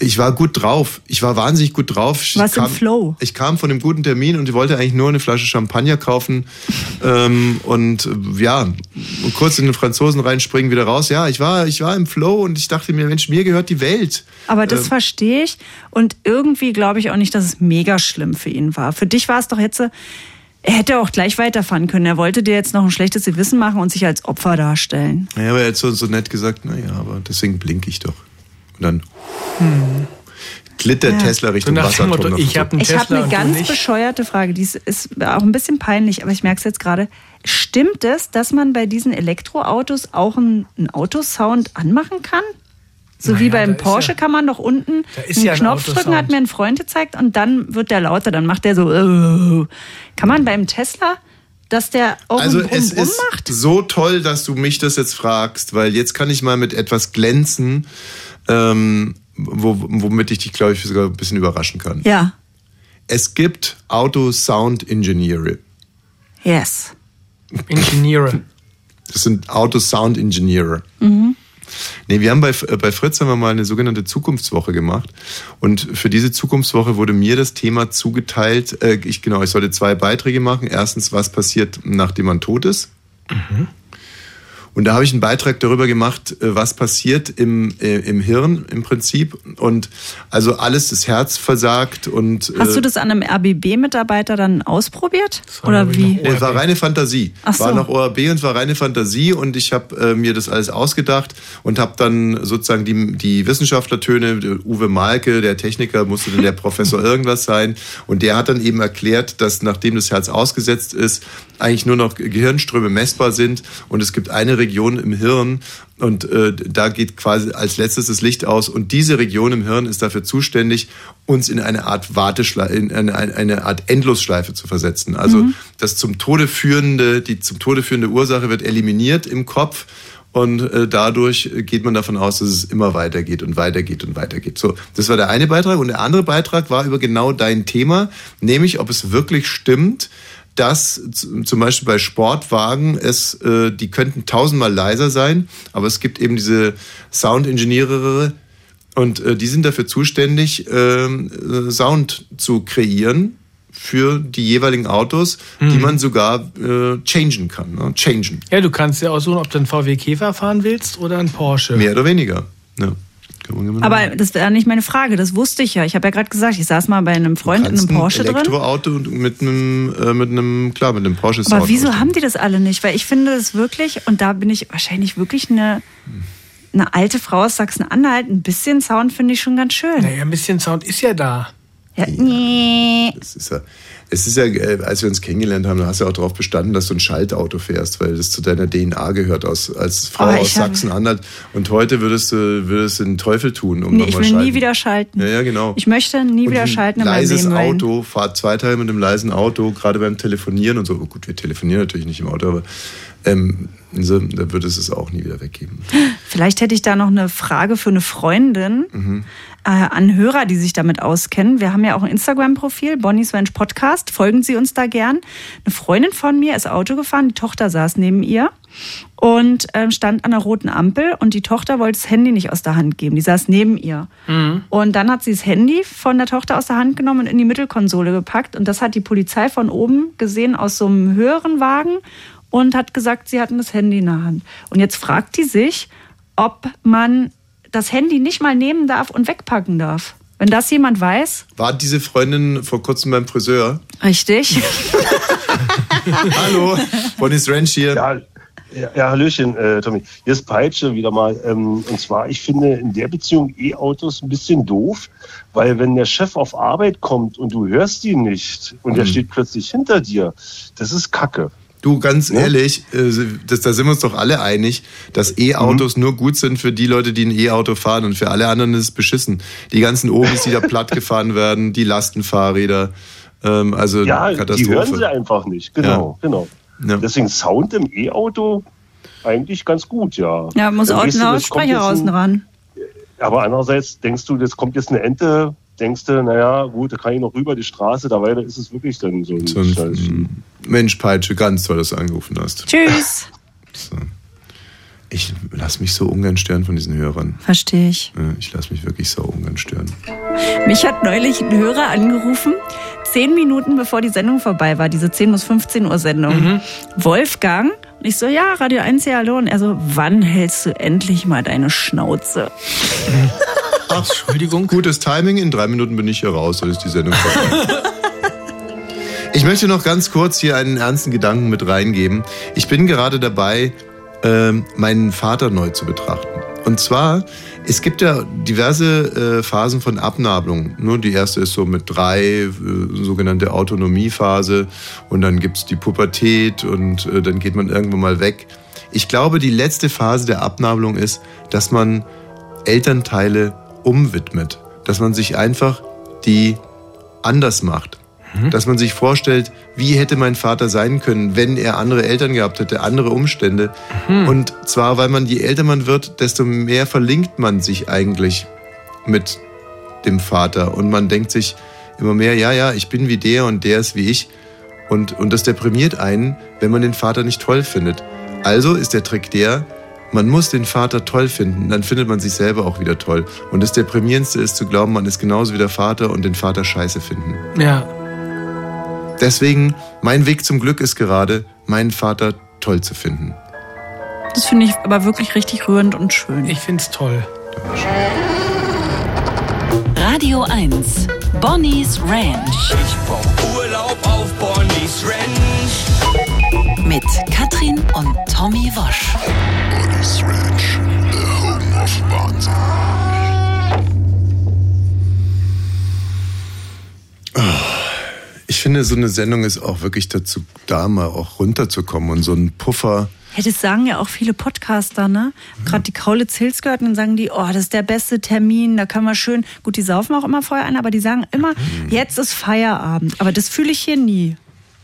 E: ich war gut drauf. Ich war wahnsinnig gut drauf. Ich
F: Warst im Flow.
E: Ich kam von einem guten Termin und ich wollte eigentlich nur eine Flasche Champagner kaufen ähm, und äh, ja, kurz in den Franzosen reinspringen, wieder raus. Ja, ich war, ich war im Flow und ich dachte mir, Mensch, mir gehört die Welt.
F: Aber das verstehe ich. Und irgendwie glaube ich auch nicht, dass es mega schlimm für ihn war. Für dich war es doch jetzt, so, er hätte auch gleich weiterfahren können. Er wollte dir jetzt noch ein schlechtes Gewissen machen und sich als Opfer darstellen.
E: Ja, aber er hat so, so nett gesagt, naja, aber deswegen blinke ich doch. Und dann glitt der
F: Ja.
E: Tesla
G: So
E: Richtung
G: nach dem
E: Wasserturm.
G: Motto,
E: nach
G: ich habe einen
F: Ich
G: Tesla
F: habe eine
G: und du
F: ganz
G: nicht.
F: bescheuerte Frage, die ist, ist auch ein bisschen peinlich, aber ich merke es jetzt gerade. Stimmt es, dass man bei diesen Elektroautos auch einen, einen Autosound anmachen kann? So wie
G: Naja, da
F: beim
G: ist
F: Porsche
G: ja-
F: kann man doch unten
G: Da ist
F: einen
G: ja ein
F: Knopf
G: Autosound.
F: drücken, hat mir ein Freund gezeigt und dann wird der lauter, dann macht der so. äh. Kann man beim Tesla, dass der auch
E: Also
F: einen Brumm,
E: es
F: Brumm
E: ist
F: macht?
E: so toll, dass du mich das jetzt fragst, weil jetzt kann ich mal mit etwas glänzen, ähm, wo, womit ich dich, glaube ich, sogar ein bisschen überraschen kann.
F: Ja,
E: Es gibt Auto-Sound-Engineere.
F: yes.
G: Ingenieure.
E: Das sind Auto-Sound-Engineere.
F: Mhm.
E: Nee, wir haben bei, äh, bei Fritz haben wir mal eine sogenannte Zukunftswoche gemacht. Und für diese Zukunftswoche wurde mir das Thema zugeteilt. Äh, ich, genau, ich sollte zwei Beiträge machen. Erstens, was passiert, nachdem man tot ist?
A: Und da habe ich einen Beitrag darüber gemacht, äh, was passiert im, äh, im Hirn im Prinzip. Und also alles, das Herz versagt und.
F: Hast du
A: äh,
F: das an einem RBB-Mitarbeiter dann ausprobiert? Oder
G: glaub ich,
F: wie?
G: noch
A: es war reine Fantasie.
F: Ach so.
A: War noch ORB und es war reine Fantasie und ich habe äh, mir das alles ausgedacht und habe dann sozusagen die, die Wissenschaftlertöne, der Uwe Malke, der Techniker, musste dann der Professor irgendwas sein und der hat dann eben erklärt, dass nachdem das Herz ausgesetzt ist, eigentlich nur noch Gehirnströme messbar sind und es gibt eine Region im Hirn und äh, da geht quasi als letztes das Licht aus. Und diese Region im Hirn ist dafür zuständig, uns in eine Art Warteschleife, in eine, eine- eine Art Endlosschleife zu versetzen. Also das zum Tode führende, die zum Tode führende Ursache wird eliminiert im Kopf. Und äh, dadurch geht man davon aus, dass es immer weitergeht und weitergeht und weitergeht. So, das war der eine Beitrag. Und der andere Beitrag war über genau dein Thema, nämlich ob es wirklich stimmt, dass z- zum Beispiel bei Sportwagen es, äh, die könnten tausendmal leiser sein, aber es gibt eben diese Sound-Ingenieure und äh, die sind dafür zuständig, ähm, äh, Sound zu kreieren für die jeweiligen Autos, die man sogar äh, changen kann. Ne? Changen,
G: Ja, du kannst ja aussuchen, ob du einen VW Käfer fahren willst oder einen Porsche.
A: mehr oder weniger. Ja. Kann man genau
F: Aber
A: sagen.
F: das wäre nicht meine Frage, das wusste ich ja. Ich habe ja gerade gesagt, ich saß mal bei einem Freund in einem
A: Kannst ein
F: Porsche drin.
A: Elektroauto und mit einem, äh, mit einem, klar, mit einem Porsche
F: Aber wieso haben die das alle nicht? Weil ich finde das wirklich, und da bin ich wahrscheinlich wirklich eine, eine alte Frau aus Sachsen-Anhalt. Ein bisschen Sound finde ich schon ganz schön.
G: Naja, ein bisschen Sound ist ja da.
F: Ja, nee.
A: Es ist ja, es ist ja äh, als wir uns kennengelernt haben, da hast du ja auch darauf bestanden, dass du ein Schaltauto fährst, weil das zu deiner DNA gehört aus, als Frau
F: Aber ich
A: aus
F: habe-
A: Sachsen-Anhalt. Und heute würdest du, würdest du den Teufel tun, um
F: Nee,
A: nochmal
F: ich will
A: schalten.
F: nie wieder schalten.
A: Ja, ja, genau.
F: Ich möchte nie
A: Und
F: wieder
A: ein
F: schalten in meinem
A: Leises
F: Leben. weil-
A: Auto, fahrt zwei Tage mit einem leisen Auto, gerade beim Telefonieren und so. Oh, gut, wir telefonieren natürlich nicht im Auto, aber ähm, so, da wird es es auch nie wieder weggeben.
F: Vielleicht hätte ich da noch eine Frage für eine Freundin äh, an Hörer, die sich damit auskennen. Wir haben ja auch ein Instagram-Profil, Bonnie's Ranch Podcast. Folgen Sie uns da gern. Eine Freundin von mir ist Auto gefahren, die Tochter saß neben ihr und ähm, stand an der roten Ampel und die Tochter wollte das Handy nicht aus der Hand geben. Die saß neben ihr. Und dann hat sie das Handy von der Tochter aus der Hand genommen und in die Mittelkonsole gepackt. Und das hat die Polizei von oben gesehen aus so einem höheren Wagen und hat gesagt, sie hatten das Handy in der Hand. Und jetzt fragt die sich, ob man das Handy nicht mal nehmen darf und wegpacken darf. Wenn das jemand weiß.
A: War diese Freundin vor kurzem beim Friseur?
F: Richtig.
A: Hallo, Bonnie's Ranch hier.
K: Ja, ja, ja Hallöchen, äh, Tommy. Hier ist Peitsche wieder mal. Ähm, und zwar, ich finde in der Beziehung E-Autos ein bisschen doof, weil wenn der Chef auf Arbeit kommt und du hörst ihn nicht und
A: Mhm.
K: er steht plötzlich hinter dir, das ist Kacke.
A: Du, ganz ehrlich, äh, das, da sind wir uns doch alle einig, dass E-Autos nur gut sind für die Leute, die ein E-Auto fahren und für alle anderen ist es beschissen. Die ganzen Obis, die da platt gefahren werden, die Lastenfahrräder, ähm, also
K: Ja, die hören
A: Katastrophe.
K: sie einfach nicht. Genau, genau.
A: Ja.
K: Deswegen Sound im E-Auto eigentlich ganz gut, ja.
F: Ja, muss
K: Dann
F: auch ein
K: weißt du, das kommt
F: Lautsprecher
K: jetzt
F: außen
K: ein-
F: ran.
K: Aber andererseits denkst du, jetzt kommt jetzt eine Ente, denkst du, naja, gut, da kann ich noch rüber die Straße, dabei ist es wirklich dann so ein
A: So ein- Hm.
K: Scheiß.
A: Mensch, Peitsche, ganz toll, dass du angerufen hast.
F: Tschüss.
A: So. Ich lass mich so ungern stören von diesen Hörern.
F: Verstehe ich.
A: Äh, Ich lass mich wirklich so ungern stören.
F: Mich hat neulich ein Hörer angerufen, zehn Minuten bevor die Sendung vorbei war, diese 10 bis 15 Uhr Sendung.
K: Mhm.
F: Wolfgang. Und ich so, ja, Radio 1, ja, hallo. Und er so, wann hältst du endlich mal deine Schnauze?
G: Ach, Entschuldigung.
A: Gutes Timing, in drei Minuten bin ich hier raus, dann ist die Sendung vorbei. Ich möchte noch ganz kurz hier einen ernsten Gedanken mit reingeben. Ich bin gerade dabei, ähm, meinen Vater neu zu betrachten. Und zwar, es gibt ja diverse äh, Phasen von Abnabelung. Nur die erste ist so mit drei, äh, sogenannte Autonomiephase. Und dann gibt's die Pubertät und äh, dann geht man irgendwann mal weg. Ich glaube, die letzte Phase der Abnabelung ist, dass man Elternteile umwidmet. Dass man sich einfach die anders macht. Dass man sich vorstellt, wie hätte mein Vater sein können, wenn er andere Eltern gehabt hätte, andere Umstände. Und zwar, weil man, je älter man wird, desto mehr verlinkt man sich eigentlich mit dem Vater. Und man denkt sich immer mehr, ja, ja, ich bin wie der und der ist wie ich. Und, und das deprimiert einen, wenn man den Vater nicht toll findet. Also ist der Trick der, man muss den Vater toll finden, dann findet man sich selber auch wieder toll. Und das Deprimierendste ist zu glauben, man ist genauso wie der Vater und den Vater scheiße finden.
G: Ja,
A: Deswegen, mein Weg zum Glück ist gerade, meinen Vater toll zu finden.
F: Das finde ich aber wirklich richtig rührend und schön. Ich
G: finde es toll.
B: Radio 1. Bonnie's Ranch. Ich brauch Urlaub auf Bonnie's Ranch. Mit Katrin und Tommy Wosch.
L: Bonnie's Ranch, the home of Wahnsinn.
A: Ich finde, so eine Sendung ist auch wirklich dazu da, mal auch runterzukommen und so einen Puffer.
F: Ja, das sagen ja auch viele Podcaster, ne?
G: Mhm.
F: Gerade die Kaulitz Hills gehört, dann sagen die, oh, das ist der beste Termin, da können wir schön. Gut, die saufen auch immer vorher ein, aber die sagen immer,
G: Mhm.
F: jetzt ist Feierabend. Aber das fühle ich hier nie.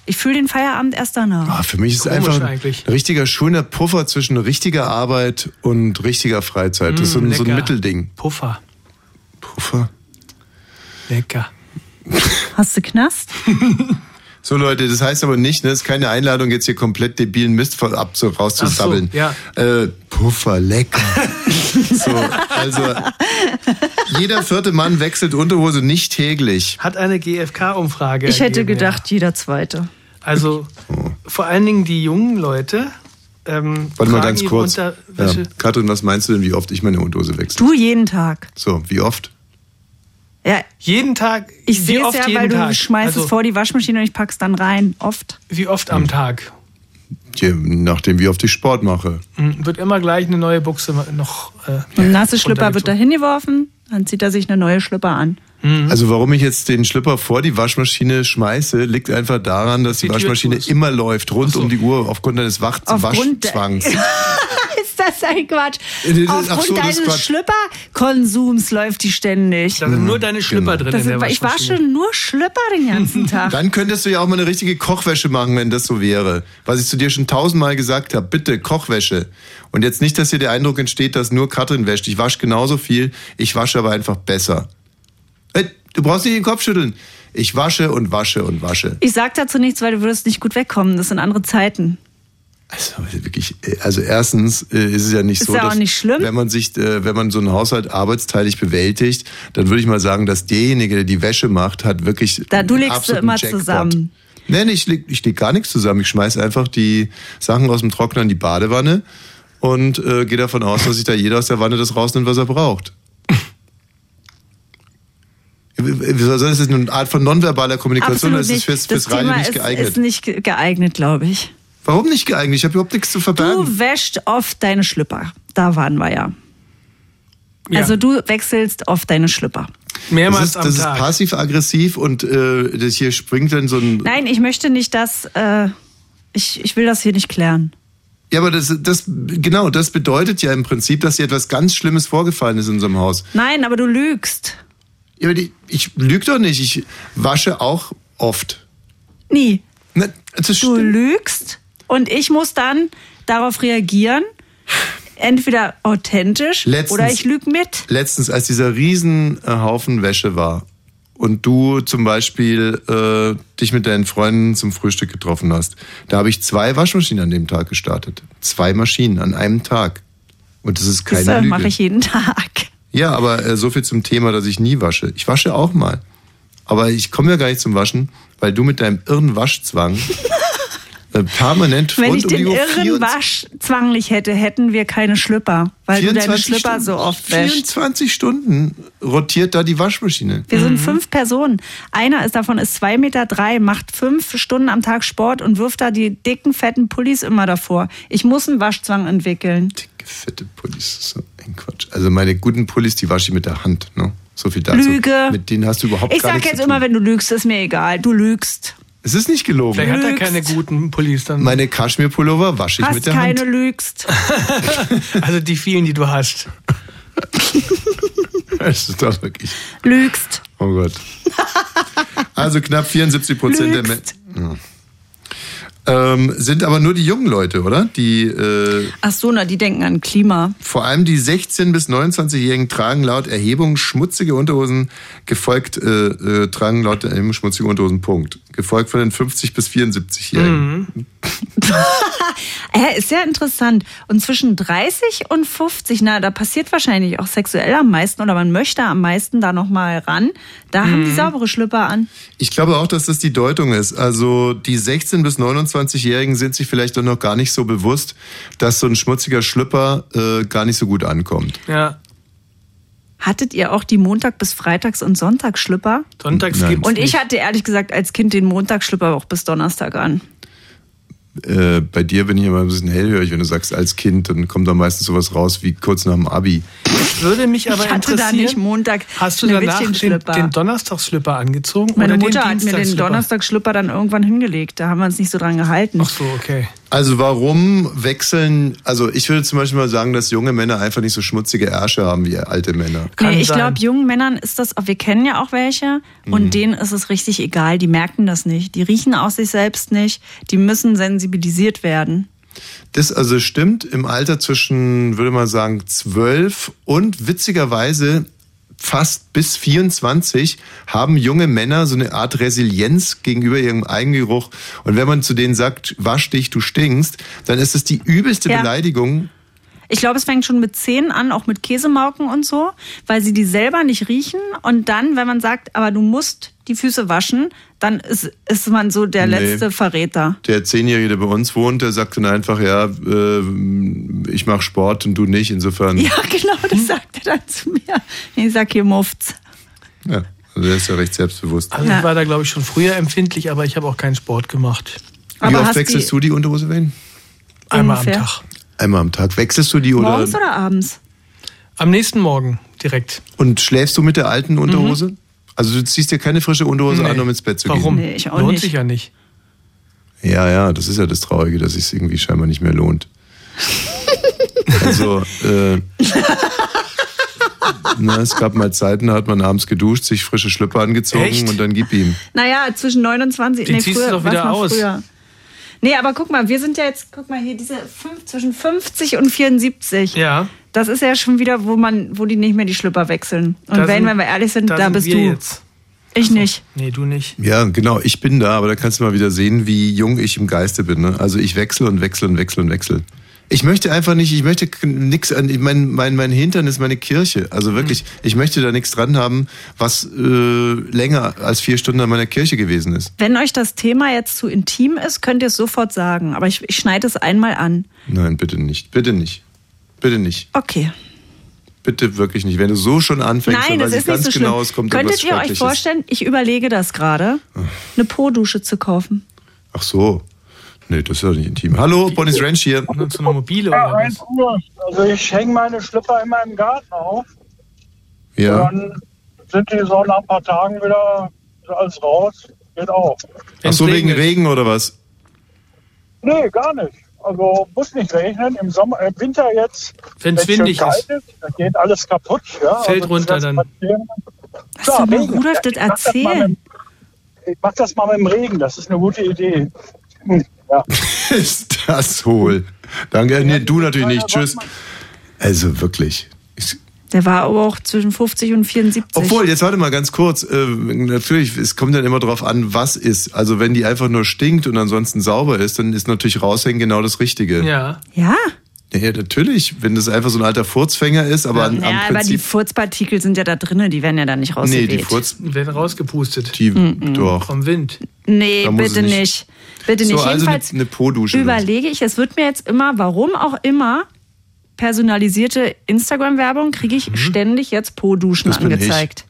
F: Ich fühle den Feierabend erst danach.
A: Ah, für mich ist
F: Komisch
A: einfach ein
F: eigentlich.
A: richtiger schöner Puffer zwischen richtiger Arbeit und richtiger Freizeit. das ist so ein,
F: Hm,
G: Mm,
A: so ein
G: lecker.
A: Mittelding.
G: Puffer.
A: Puffer.
G: Lecker.
F: Hast du Knast?
A: So Leute, das heißt aber nicht, ne, es ist keine Einladung, jetzt hier komplett debilen Mist voll ab so rauszusabbeln.
G: Ach
A: äh, Puffer, lecker. so, also jeder vierte Mann wechselt Unterhose nicht täglich.
G: Hat eine GfK-Umfrage.
F: Ich hätte
G: ergeben,
F: gedacht, jeder zweite.
G: Ja. Also vor allen Dingen die jungen Leute. Ähm,
A: Warte mal
G: tragen
A: ganz
G: ihre
A: kurz. Ja.
G: Unterwäsche-
A: Katrin, was meinst du denn, wie oft ich meine Unterhose wechsle?
F: Du jeden Tag.
A: So, wie oft?
F: Ja.
G: Jeden Tag.
F: Ich
G: wie
F: sehe es
G: oft
F: ja,
G: jeden
F: weil du
G: Tag?
F: schmeißt
G: Also-
F: es vor die Waschmaschine und ich pack's dann rein. Oft.
G: Wie oft
A: Hm.
G: am Tag?
A: Je nachdem, wie oft ich Sport mache.
G: Mhm, Wird immer gleich eine neue Buchse noch. Äh,
F: Ein nasse Schlüpper wird da hingeworfen, dann zieht er sich eine neue Schlüpper an.
A: Also warum ich jetzt den Schlipper vor die Waschmaschine schmeiße, liegt einfach daran, dass die,
F: Die Tür zu
A: Waschmaschine
F: ist.
A: immer läuft, rund um die Uhr, aufgrund deines Wach
F: Aufgrund der-
A: Waschzwangs.
F: Ist das ein Quatsch?
A: Äh, das ist
F: Aufgrund
A: absurdes
F: deines
A: Quatsch.
F: Schlüpperkonsums läuft die ständig. Da
A: Mhm,
G: sind nur deine Schlüpper
A: genau.
G: drin
F: Das
G: in
F: sind,
G: der
F: ich war
G: Waschmaschine.
F: schon nur Schlüpper den ganzen Tag.
A: Dann könntest du ja auch mal eine richtige Kochwäsche machen, wenn das so wäre. Was ich zu dir schon tausendmal gesagt habe, bitte Kochwäsche. Und jetzt nicht, dass hier der Eindruck entsteht, dass nur Katrin wäscht. Ich wasche genauso viel, ich wasche aber einfach besser. Hey, du brauchst nicht den Kopf schütteln. Ich wasche und wasche und wasche.
F: Ich sag dazu nichts, weil du würdest nicht gut wegkommen. Das sind andere Zeiten.
A: Also wirklich, äh, also erstens äh, ist es ja nicht
F: Ist
A: so,
F: ja auch
A: dass
F: nicht schlimm.
A: wenn man sich, äh, wenn man so einen Haushalt arbeitsteilig bewältigt, dann würde ich mal sagen, dass derjenige, der die Wäsche macht, hat wirklich
F: Da du
A: einen
F: legst du
A: absoluten
F: immer
A: Jackpot.
F: zusammen.
A: Nee, nee, ich leg, ich leg gar nichts zusammen. Ich schmeiß einfach die Sachen aus dem Trockner in die Badewanne und äh, gehe davon aus, dass sich da jeder aus der Wanne das rausnimmt, was er braucht. äh, Das ist eine Art von nonverbaler Kommunikation,
F: Absolut
A: das ist
F: nicht.
A: fürs, fürs
F: das
A: Radio
F: Thema
A: nicht
F: ist,
A: geeignet.
F: ist nicht ge- geeignet, glaube ich.
A: Warum nicht geeignet? Ich habe überhaupt nichts zu verbergen.
F: Du wäscht oft deine Schlüpper. Da waren wir ja.
A: Ja.
F: Also du wechselst oft deine Schlüpper.
A: Mehrmals das ist, das ist passiv-aggressiv und äh, das hier springt dann so ein.
F: Nein, ich möchte nicht, dass äh, ich, ich will das hier nicht klären.
A: Ja, aber das, das, genau, das bedeutet ja im Prinzip, dass hier etwas ganz Schlimmes vorgefallen ist in unserem Haus.
F: Nein, aber du lügst.
A: Ja, aber die, ich lüge doch nicht. Ich wasche auch oft. Ne,
F: Nie.
A: du
F: lügst und ich muss dann darauf reagieren. Entweder authentisch
A: Letztens-
F: oder ich lüge mit.
A: Letztens, als dieser Riesenhaufen Wäsche war und du zum Beispiel äh, dich mit deinen Freunden zum Frühstück getroffen hast, da habe ich zwei Waschmaschinen an dem Tag gestartet. Zwei Maschinen an einem Tag. Und das ist keine
F: Das
A: Lüge.
F: mache ich jeden Tag.
A: Ja, aber äh, so viel zum Thema, dass ich nie wasche. Ich wasche auch mal. Aber ich komme ja gar nicht zum Waschen, weil du mit deinem irren Waschzwang äh, permanent
F: Wenn
A: rund
F: ich
A: um
F: den
A: die Uhr
F: irren
A: 24
F: Waschzwang nicht hätte, hätten wir keine Schlüpper, weil du deine
A: 24
F: Schlüpper also so
A: Stunden-
F: oft wäschst.
A: 24 Stunden rotiert da die Waschmaschine.
F: Wir sind fünf Personen. Einer ist davon ist zwei Meter drei, macht fünf Stunden am Tag Sport und wirft da die dicken, fetten Pullis immer davor. Ich muss einen Waschzwang entwickeln.
A: Fette Pullis, das ist so ein Quatsch. Also meine guten Pullis, die wasche ich mit der Hand. Ne? So viel dazu.
F: Lüge.
A: Mit denen hast du überhaupt
F: Ich
A: gar
F: sag
A: nichts
F: jetzt
A: zu tun.
F: immer, wenn du lügst, ist mir egal. Du lügst.
A: Es ist nicht gelogen.
G: Vielleicht hat er keine guten Pullis dann.
A: Meine Kaschmir-Pullover wasche ich mit
F: Hast
A: der Hand.
F: keine lügst.
G: also die vielen, die du hast.
A: Das ist doch wirklich.
F: Lügst.
A: Oh Gott. Also knapp 74 Prozent der Menschen. Ähm, sind aber nur die jungen Leute, oder? Die äh,
F: Ach so, na, die denken an Klima.
A: vor allem die 16 bis 29-Jährigen tragen laut Erhebung schmutzige Unterhosen, gefolgt äh, äh, tragen laut der Erhebung schmutzige Unterhosen. Punkt. Gefolgt von den 50 bis 74-Jährigen.
F: Hä, ist ja interessant. Und zwischen 30 und 50, na, da passiert wahrscheinlich auch sexuell am meisten oder man möchte am meisten da nochmal ran. Da haben die
A: Mhm.
F: saubere Schlüpper an.
A: Ich glaube auch, dass das die Deutung ist. Also die 16- bis 29-Jährigen sind sich vielleicht doch noch gar nicht so bewusst, dass so ein schmutziger Schlüpper äh, gar nicht so gut ankommt.
G: Ja.
F: Hattet ihr auch die Montag- bis Freitags- und Sonntagsschlüpper?
G: Sonntags
A: Nein. gibt's
F: Und ich
A: nicht.
F: hatte ehrlich gesagt als Kind den Montagsschlüpper auch bis Donnerstag an.
A: Äh, bei dir bin ich immer ein bisschen hellhörig, wenn du sagst, als Kind, dann kommt da meistens sowas raus wie kurz nach dem Abi.
G: Würde mich aber
F: ich hatte da
G: interessieren.
F: nicht Montag
G: Hast du danach den, den Donnerstagsschlüpper angezogen?
F: Meine
G: oder
F: Mutter hat
G: den
F: mir den
G: Dienstagsschlüpper?
F: Donnerstagsschlüpper dann irgendwann hingelegt. Da haben wir uns nicht so dran gehalten. Ach
G: so, okay.
A: Also warum wechseln, also ich würde zum Beispiel mal sagen, dass junge Männer einfach nicht so schmutzige Ärsche haben wie alte Männer.
F: nee, ich glaube, jungen Männern ist das, wir kennen ja auch welche, und denen ist es richtig egal. Die merken das nicht. Die riechen aus sich selbst nicht. Die müssen sensibilisiert werden.
A: Das also stimmt im Alter zwischen, würde man sagen, 12 und witzigerweise fast bis 24 haben junge Männer so eine Art Resilienz gegenüber ihrem Eigengeruch. Und wenn man zu denen sagt, wasch dich, du stinkst, dann ist es die übelste
F: Ja.
A: Beleidigung.
F: Ich glaube, es fängt schon mit Zähnen an, auch mit Käsemauken und so, weil sie die selber nicht riechen. Und dann, wenn man sagt, aber du musst die Füße waschen, dann ist, ist man so der
A: Nee.
F: letzte Verräter.
A: Der Zehnjährige, der bei uns wohnt, der sagt dann einfach, ja, äh, ich mache Sport und du nicht. Insofern,
F: Ja, genau, das sagt er dann zu mir. Nee, ich sag hier Mufts.
A: ja, also der ist ja recht selbstbewusst.
G: Also ich war da, glaube ich, schon früher empfindlich, aber ich habe auch keinen Sport gemacht.
A: Wie oft wechselst du die Unterhose, Wayne?
G: Einmal am
F: Ungefähr.
G: Tag.
A: Einmal am Tag. Wechselst du die oder?
F: Morgens oder abends?
G: Am nächsten Morgen direkt.
A: Und schläfst du mit der alten Unterhose? Also du ziehst dir keine frische Unterhose an, um ins Bett zu
G: Warum?
A: gehen.
G: Lohnt sich ja nicht.
A: Ja, ja, das ist ja das Traurige, dass es irgendwie scheinbar nicht mehr lohnt. also, äh, na, es gab mal Zeiten, da hat man abends geduscht, sich frische Schlüpper angezogen
G: Echt?
A: und dann gib ihm.
F: Naja, zwischen 29
A: Die
F: nee,
A: ziehst
F: früher,
A: du doch wieder
F: war's noch
A: aus.
F: Früher. Nee, aber guck mal, wir sind ja jetzt, guck mal hier, diese fünf, zwischen 50 und 74.
G: Ja.
F: Das ist ja schon wieder, wo man, wo die nicht mehr die Schlüpper wechseln. Und
G: Da
F: wenn,
G: sind-
F: wenn wir ehrlich sind, da,
G: da sind
F: bist
G: wir
F: du.
G: jetzt.
F: Ich nicht.
G: Nee, du nicht.
A: Ja, genau, ich bin da, aber da kannst du mal wieder sehen, wie jung ich im Geiste bin. Ne? Also ich wechsle und wechsle und wechsle und wechsle. Ich möchte einfach nicht, ich möchte k- nix an, ich mein, mein, mein Hintern ist meine Kirche. Also wirklich,
F: Mhm.
A: ich möchte da nichts dran haben, was äh, länger als vier Stunden an meiner Kirche gewesen ist.
F: Wenn euch das Thema jetzt zu intim ist, könnt ihr es sofort sagen. Aber ich, ich schneide es einmal an.
A: Nein, bitte nicht, bitte nicht, bitte nicht,
F: Okay.
A: bitte wirklich nicht. Wenn du so schon anfängst,
F: Nein,
A: dann
F: das
A: weiß ich
F: ist nicht
A: ganz
F: so schlimm.
A: genau, es kommt
F: Könntet ihr
A: irgendwas
F: euch
A: Schreckliches.
F: vorstellen, ich überlege das gerade, eine Po-Dusche zu kaufen.
A: Ach so, nee, das ist ja nicht intim. Hallo, Bonnie's Ranch hier.
G: Zu einer mobile
K: Ja, eins nur. Also ich hänge meine Schlüpper immer im Garten auf.
A: Ja.
K: Und dann sind die so nach ein paar Tagen wieder alles raus. Geht auch.
A: Ach so, wegen Regen oder was?
K: Nee, gar nicht. Also muss nicht regnen. Im Sommer, äh, Winter jetzt.
G: Wenn's
K: wenn's schön
G: windig
K: kalt
G: ist.
K: Dann geht alles kaputt. Ja? Also
G: Fällt runter dann.
K: Hast ja, du Rudolf das erzählen? Ich mach das mal mit dem Regen. Das ist eine gute Idee. Hm, Ja.
A: ist das hohl. Danke. Nee, du natürlich nicht. Tschüss. Also wirklich.
F: Der war aber auch zwischen 50 und 74.
A: Obwohl, jetzt warte mal ganz kurz. Äh, natürlich, es kommt dann immer drauf an, was ist. Also wenn die einfach nur stinkt und ansonsten sauber ist, dann ist natürlich raushängen genau das Richtige.
G: Ja.
F: Ja?
A: Ja, ja, natürlich. Wenn das einfach so ein alter Furzfänger ist, aber an,
F: Naja,
A: am
F: aber die
A: Prinzip...
F: Furzpartikel sind ja da drinnen, die werden ja dann nicht
A: nee,
F: rausgeweht.
A: die Furz...
G: Werden rausgepustet.
A: Die,
F: Mhm.
A: Doch.
G: Vom Wind.
F: Nee,
A: Da muss es
F: bitte nicht.
A: nicht-
F: Bitte nicht.
A: So, also eine,
F: Jedenfalls
A: eine Po-Dusche.
F: überlege ich, es wird mir jetzt immer, warum auch immer, personalisierte Instagram-Werbung kriege ich ständig jetzt Po-Duschen
A: Mhm. Das bin ich.
F: angezeigt.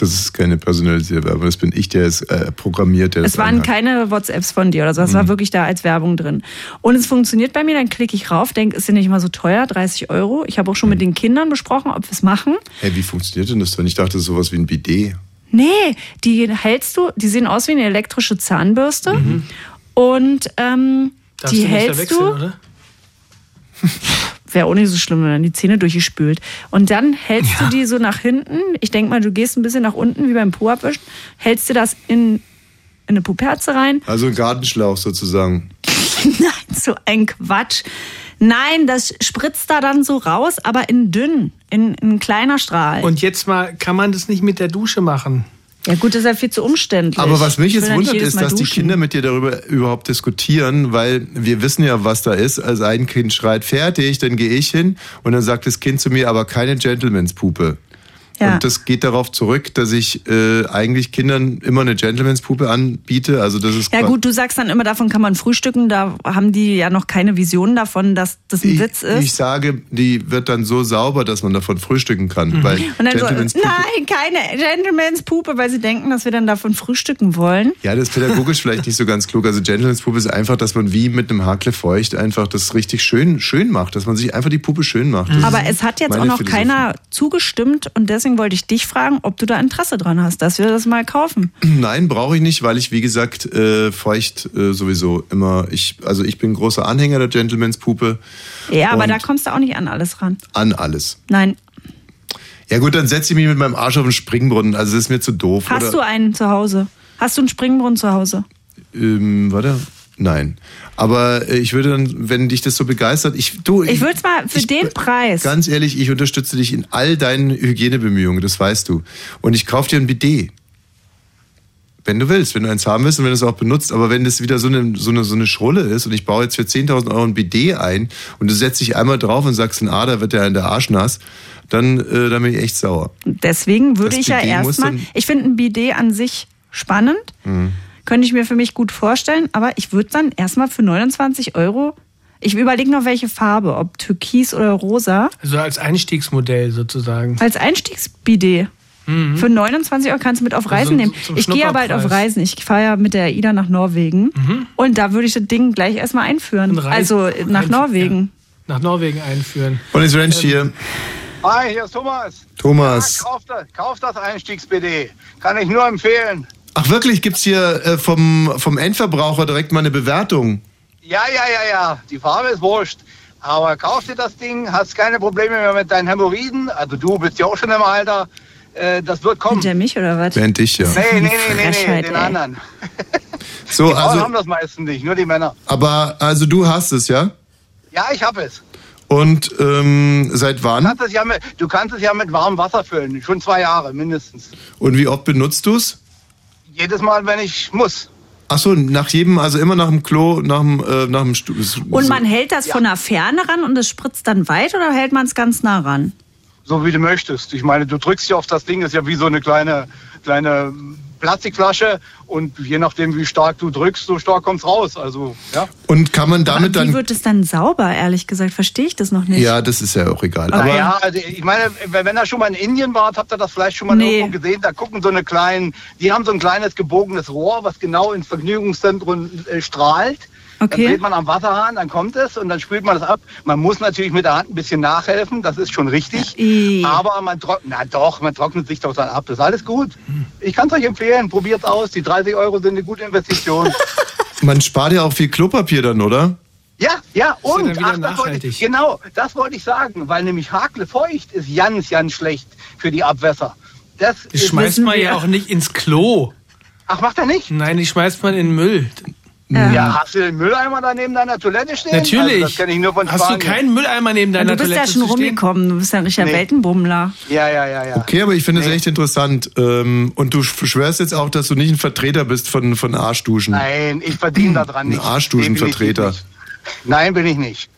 A: Das ist keine personalisierte Werbung. Das bin ich, der ist äh, programmiert. Der
F: Es
A: das Mhm.
F: waren
A: anhat.
F: keine WhatsApps von dir oder so. Es war wirklich da als Werbung drin. Und es funktioniert bei mir, dann klicke ich rauf, denke, ist ja nicht mal so teuer, 30 Euro. Ich habe auch schon
A: Mhm.
F: mit den Kindern besprochen, ob wir es machen.
A: Hey, wie funktioniert denn das denn? Ich dachte, das ist sowas wie ein Bidet.
F: Nee, die hältst du, die sehen aus wie eine elektrische Zahnbürste. Und ähm,
G: Mhm. Darfst
F: die
G: du nicht da
F: hältst
G: wechseln,
F: du.
G: oder?
F: Wäre auch nicht so schlimm, wenn dann die Zähne durchgespült. Und dann hältst du die so nach hinten. Ich denke mal, du gehst ein bisschen nach unten, wie beim Po abwischen. Hältst dir das in, in eine Puperze rein.
A: Also ein Gartenschlauch sozusagen.
F: Nein, so ein Quatsch. Nein, das spritzt da dann so raus, aber in dünn, in, in ein kleiner Strahl.
G: Und jetzt mal, kann man das nicht mit der Dusche machen?
F: Ja gut, das ist ja viel zu umständlich.
E: Aber was mich
F: Ich will
E: jetzt
F: ja nicht
E: wundert,
F: jedes
E: ist,
F: Mal
E: dass die
F: duschen.
E: Kinder mit dir darüber überhaupt diskutieren, weil wir wissen ja, was da ist. Also ein Kind schreit fertig, dann gehe ich hin und dann sagt das Kind zu mir, aber keine Gentleman's-Puppe.
F: Ja.
E: Und das geht darauf zurück, dass ich äh, eigentlich Kindern immer eine Gentleman's-Puppe anbiete. Also das ist
F: Ja
E: qua-
F: gut, du sagst dann immer, davon kann man frühstücken. Da haben die ja noch keine Vision davon, dass das ein Witz ist.
E: Ich sage, die wird dann so sauber, dass man davon frühstücken kann. Weil
F: Und dann so,
E: Gentleman's Puppe-
F: nein, keine Gentleman's Puppe, weil sie denken, dass wir dann davon frühstücken wollen.
E: Ja, das ist pädagogisch vielleicht nicht so ganz klug. Also Gentleman's Puppe ist einfach, dass man wie mit einem Hakle feucht einfach das richtig schön, schön macht, dass man sich einfach die Puppe schön macht. Das
F: Aber
E: ist
F: es hat jetzt auch
E: meine
F: noch
E: Philosophie.
F: keiner zugestimmt und deswegen wollte ich dich fragen, ob du da Interesse dran hast, dass wir das mal kaufen.
E: Nein, brauche ich nicht, weil ich wie gesagt äh, feucht äh, sowieso immer. Ich, also ich bin großer Anhänger der Gentleman's Puppe
F: Ja, aber
E: Und-
F: da kommst du auch nicht an alles ran.
E: an alles.
F: Nein.
E: Ja gut, dann setze ich mich mit meinem Arsch auf den Springbrunnen. Also das ist mir zu doof.
F: Hast
E: oder?
F: du einen zu Hause? Hast du einen Springbrunnen zu Hause?
E: Ähm, warte. Nein. Aber äh, ich würde dann, wenn dich das so begeistert, ich du
F: Ich würde es mal für den Preis.
E: Ganz ehrlich, ich unterstütze dich in all deinen Hygienebemühungen, das weißt du. Und ich kaufe dir ein Bidet. Wenn du willst, wenn du eins haben willst und wenn du es auch benutzt. Aber wenn das wieder so eine, so eine, so eine Schrulle ist und ich baue jetzt für 10.000 Euro ein Bidet ein und du setzt dich einmal drauf und sagst, ah, da wird der in der Arsch nass, dann, äh, dann bin ich echt sauer.
F: Deswegen würde
E: Das
F: ich ja
E: Bidet muss
F: erstmal.
E: dann-
F: Ich finde ein Bidet an sich spannend.
G: Mhm.
F: Könnte ich mir für mich gut vorstellen, aber ich würde dann erstmal für 29 Euro. Ich überlege noch, welche Farbe, ob Türkis oder Rosa,
G: Also als Einstiegsmodell sozusagen.
F: als Einstiegsbidet.
G: Mhm.
F: Für 29 Euro kannst du mit auf Reisen
G: Also
F: nehmen.
G: zum
F: Ich gehe ja bald
G: Schnupperpreis. Mhm.
F: auf Reisen. Ich fahre ja mit der Ida nach Norwegen. Und da würde ich das Ding gleich erstmal einführen.
G: Reis-
F: also nach Norwegen.
G: Nach Norwegen einführen.
E: Bonnie's Ranch
F: Ähm.
E: hier.
K: Hi, hier ist Thomas.
E: Thomas.
K: Kauf das, kauf das Einstiegs-BD. Kann ich nur empfehlen.
E: Ach wirklich, gibt's hier äh, vom, vom Endverbraucher direkt mal eine Bewertung?
K: Ja, ja, ja, ja. Die Farbe ist wurscht. Aber kauf dir das Ding, hast keine Probleme mehr mit deinen Hämorrhoiden. Also du bist ja auch schon im Alter. Äh, das wird kommen.
F: Der mich oder was?
E: Während ich ja.
K: Nee, nee, nee, nee, nee
F: Frechheit,
K: den
F: ey.
K: anderen.
E: So,
K: die Frauen
E: also,
K: haben das meistens nicht, nur die Männer.
E: aber also du hast es, ja?
K: Ja, ich hab es.
E: Und ähm, seit
K: Du
E: wann?
K: kannst, es ja mit, du kannst es ja mit warmem Wasser füllen. Schon zwei Jahre mindestens.
E: Und wie oft benutzt du es?
K: Jedes Mal, wenn ich muss.
E: Achso, nach jedem, also immer nach dem Klo, nach dem, äh, nach dem Stu
F: Und man hält das von der Ferne ran und es spritzt dann weit oder hält man es ganz nah ran?
K: so wie du möchtest. Ich meine, du drückst ja auf das Ding, ist ja wie so eine kleine, kleine Plastikflasche und je nachdem, wie stark du drückst, so stark kommt's raus. Also, ja.
E: Und kann man damit
F: Wie
E: dann.
F: wird es dann sauber, ehrlich gesagt? Verstehe ich das noch nicht.
E: Ja, das ist ja auch egal. Aber
K: Naja, also ich meine, wenn wenn ihr schon mal in Indien wart, habt ihr das vielleicht schon mal irgendwo gesehen. Da gucken so eine kleinen, die haben so ein kleines gebogenes Rohr, was genau ins Vergnügungszentrum äh, strahlt.
F: Okay.
K: Dann dreht man am Wasserhahn, dann kommt es und dann spült man das ab. Man muss natürlich mit der Hand ein bisschen nachhelfen, das ist schon richtig. Aber man trocknet, na doch, man trocknet sich doch dann ab. Das ist alles gut. Ich kann es euch empfehlen, probiert's aus. Die 30 Euro sind eine gute Investition.
E: man spart ja auch viel Klopapier dann, oder?
K: Ja, ja, und ach, das wollte ich, genau, das wollte ich sagen, weil nämlich Hakle feucht ist ganz, ganz schlecht für die Abwässer. Das
G: Die
K: ist-
G: schmeißt
K: wissen
G: man
K: wir.
G: ja auch nicht ins Klo.
K: Ach, macht er nicht?
G: Nein, die schmeißt man in den Müll.
K: Ja. hast du den Mülleimer da neben deiner Toilette stehen?
G: Natürlich.
K: Also, Also das kenne ich nur von
G: Hast du
K: Spanien.
G: keinen Mülleimer neben
F: Ja,
G: deiner
F: du bist
G: Toilette
F: ja schon
G: zu stehen?
F: rumgekommen, du bist ja ein richtiger
G: Nee.
F: Weltenbummler.
K: Ja, ja, ja, ja.
E: Okay, aber ich finde es echt interessant. Ähm, und du schwörst jetzt auch, dass du nicht ein Vertreter bist von, von Arschduschen.
K: Nein, ich verdiene daran
E: Ein
K: nicht.
E: Arschduschenvertreter.
K: Nein, bin ich nicht.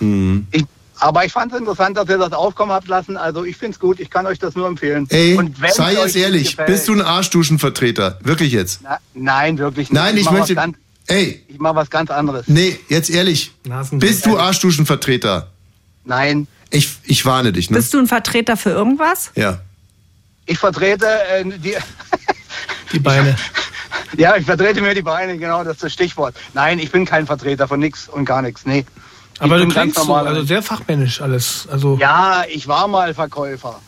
E: Mhm.
K: Ich, aber ich fand es interessant, dass ihr das aufkommen habt lassen. Also ich finde es gut, ich kann euch das nur empfehlen.
E: Ey,
K: Und wenn
E: sei
K: es euch
E: jetzt
K: nicht
E: ehrlich,
K: gefällt-
E: bist du ein Arschduschenvertreter? Wirklich jetzt?
K: Na, nein, wirklich nicht.
E: Nein, ich
K: mach was
E: möchte-
K: Ganz,
E: ey.
K: Ich mache was ganz anderes.
E: Nee, jetzt ehrlich. Bist du Arschduschenvertreter?
K: Nein.
E: Ich, ich warne dich, ne?
F: Bist du ein Vertreter für irgendwas?
E: ja.
K: Ich vertrete äh, die,
G: Die Beine.
K: ja, ich vertrete mir die Beine, genau, das ist das Stichwort. Nein, ich bin kein Vertreter von nix und gar nichts, nee. Ich
G: Aber du
K: bin ganz
G: klingst so,
K: normaler
G: also
K: Mensch.
G: sehr fachmännisch alles. Also
K: Ja, ich war mal Verkäufer.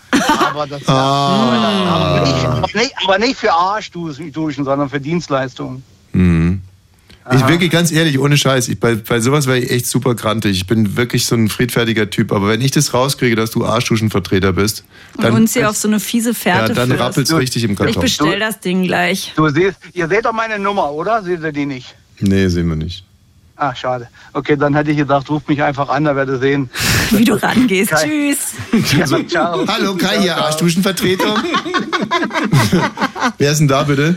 K: Aber, das, aber, nicht, aber, nicht, aber nicht für Arschduschen, sondern für Dienstleistungen.
E: Ich wirklich ganz ehrlich, ohne Scheiß, ich, bei, bei sowas wäre ich echt super grantig. Ich bin wirklich so ein friedfertiger Typ. Aber wenn ich das rauskriege, dass du Arschduschenvertreter bist,
F: Und
E: dann,
F: uns hier auf so eine fiese
E: ja,
F: Fährte
E: dann
F: führst.
E: rappelt's richtig im
F: Ich
E: Karton.
F: bestell das Ding gleich.
K: Du siehst, ihr seht doch meine Nummer, oder? Seht ihr die nicht? Ah,
E: Nee, sehen wir nicht.
M: Ach, schade. Okay, dann hätte ich gedacht, ruf mich einfach an, da werde sehen.
F: Wie du rangehst. Tschüss.
K: Also,
A: Ja, ciao. Hallo Kai, hier Arschduschenvertretung. Wer ist denn da bitte?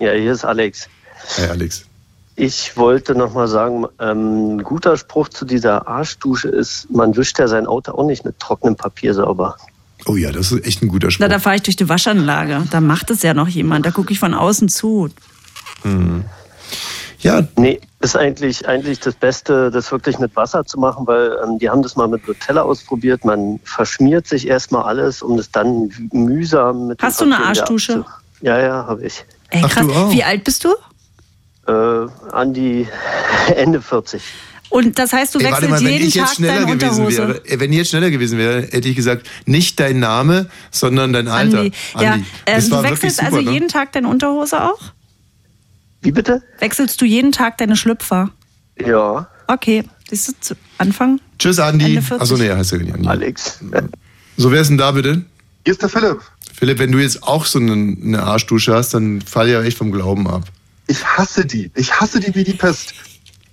K: Ja, hier ist Alex.
A: Hey Alex.
K: Ich wollte nochmal sagen, ähm, ein guter Spruch zu dieser Arschdusche ist, man wischt ja sein Auto auch nicht mit trockenem Papier sauber.
A: Oh ja, das ist echt ein guter Spruch.
F: Na, da fahre ich durch die Waschanlage. Da macht es ja noch jemand. Da gucke ich von außen zu.
A: Hm. Ja.
K: Nee, ist eigentlich, eigentlich das Beste, das wirklich mit Wasser zu machen, weil ähm, die haben das mal mit Nutella ausprobiert. Man verschmiert sich erstmal alles, um das dann mühsam mit
F: Hast du eine Arschdusche?
K: Ja, ja, habe ich.
F: Ey, krass. Wie alt bist du?
K: Äh, an die Ende 40.
F: Und das heißt, du
A: Ey, warte
F: wechselst
A: mal, wenn
F: jeden
A: ich jetzt
F: Tag deine
A: schneller gewesen
F: Unterhose.
A: wäre, äh, wenn ich jetzt schneller gewesen wäre, hätte ich gesagt, nicht dein Name, sondern dein Alter.
F: Andi. Ja, ähm,
A: das
F: du
A: war wirklich
F: wechselst
A: super,
F: also
A: ne?
F: jeden Tag deine Unterhose auch?
K: Wie bitte?
F: Wechselst du jeden Tag deine Schlüpfer?
K: Ja.
F: Okay, siehst du zu Anfang?
A: Tschüss, Andi.
F: Ende 40.
A: Achso, nee, er heißt ja gar nicht Andi.
K: Alex.
A: So, wer ist denn da bitte?
E: Hier ist der Philipp.
A: Philipp, wenn du jetzt auch so einen- eine Arschdusche hast, dann fall ja echt vom Glauben ab.
E: Ich hasse die. Ich hasse die wie die Pest.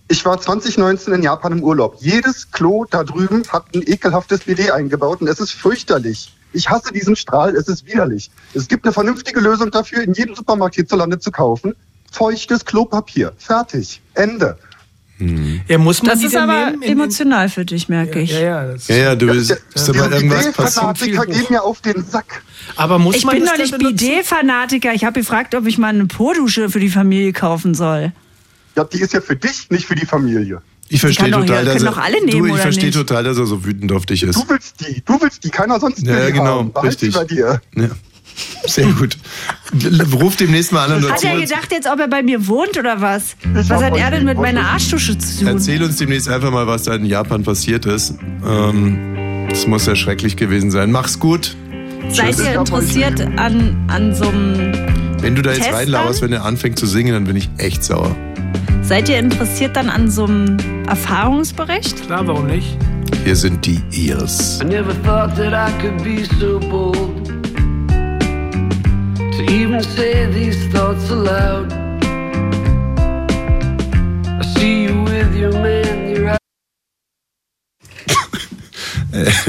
E: Ich war 2019 in Japan im Urlaub. Jedes Klo da drüben hat ein ekelhaftes BD eingebaut und es ist fürchterlich. Ich hasse diesen Strahl, es ist widerlich. Es gibt eine vernünftige Lösung dafür, in jedem Supermarkt hierzulande zu kaufen. Feuchtes Klopapier. Fertig. Ende.
G: Ja, muss
F: Das ist aber emotional für dich, merke ich.
A: Ja, ja, du bist, ist aber irgendwas passiert.
E: Fanatiker gehen mir auf den Sack.
G: Aber muss
F: ich
G: man
F: bin
G: das
F: doch
G: denn
F: nicht Bidet-Fanatiker. Ich habe gefragt, ob ich mal eine Po-Dusche für die Familie kaufen soll.
E: Ja, die ist ja für dich, nicht für die Familie.
A: Ich verstehe
F: kann doch-
A: total,
F: können
A: dass
F: doch
A: er,
F: alle nehmen,
A: du, ich
F: oder
A: verstehe
F: nicht?
A: total, dass er so wütend auf dich ist.
E: Du willst die, du willst die, keiner sonst will
A: Ja,
E: die
A: genau,
E: haben. Behalt
A: richtig.
E: Die bei dir.
A: Ja. Sehr gut. L- Ruf demnächst mal an und
F: Hat er
A: erzähl uns,
F: gedacht jetzt, ob er bei mir wohnt oder was? Was hat er denn mit meiner Arschdusche zu tun?
A: erzähl uns demnächst einfach mal, was da in Japan passiert ist. Ähm, das muss ja schrecklich gewesen sein. Mach's gut.
F: Seid ihr interessiert an, an so einem...
A: Wenn du da jetzt
F: Test
A: reinlauerst, wenn er anfängt zu singen, dann bin ich echt sauer.
F: Seid ihr interessiert dann an so einem Erfahrungsbericht?
G: Klar, warum nicht?
A: Hier sind die Ears.
C: I never thought that I could be so bold to even say these thoughts aloud. I see you with your man, you're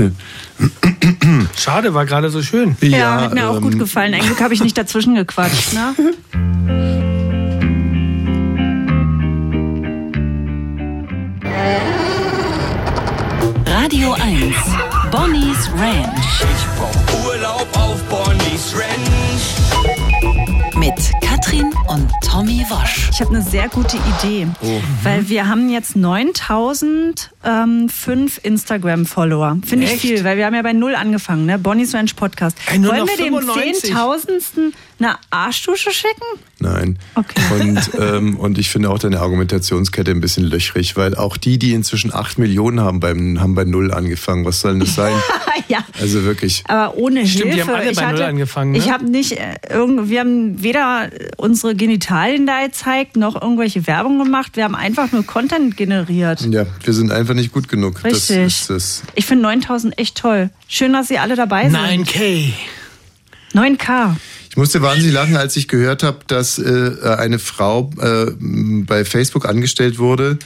C: out.
G: Schade, war gerade so schön.
F: Ja, hat mir auch
G: ähm,
F: gut gefallen. Ein Glück habe ich nicht dazwischen gequatscht. Ne?
B: Radio 1. Bonnie's Ranch.
C: Urlaub auf Bonnie's Ranch.
B: Mit Katrin und Tommy Wasch.
F: Ich habe eine sehr gute Idee,
G: Oh.
F: weil wir haben jetzt 9005 Instagram-Follower. Finde ich
G: Echt?
F: viel, weil wir haben ja bei Null angefangen, ne? Bonnie's Ranch Podcast.
G: Ey, nur
F: Wollen
G: noch
F: wir dem
G: 95?
F: 10.000. eine Arschdusche schicken?
A: Nein. Und, ähm, und ich finde auch deine Argumentationskette ein bisschen löchrig, weil auch die, die inzwischen 8 Millionen haben, beim, haben bei Null angefangen. Was soll denn das sein?
F: Ah, ja.
A: Also wirklich.
F: Aber ohne
G: Stimmt, die
F: Hilfe.
G: haben alle
F: ich
G: bei Null
F: hatte,
G: angefangen, ne?
F: Ich habe nicht, äh, irgend, wir haben weder unsere Genitalien da gezeigt, noch irgendwelche Werbung gemacht. Wir haben einfach nur Content generiert.
A: Ja, wir sind einfach nicht gut genug.
F: Richtig.
A: Das ist
F: Ich finde 9000 echt toll. Schön, dass Sie alle dabei sind.
G: 9K.
F: 9K.
A: Ich musste wahnsinnig lachen, als ich gehört habe, dass äh, eine Frau äh, bei Facebook angestellt wurde,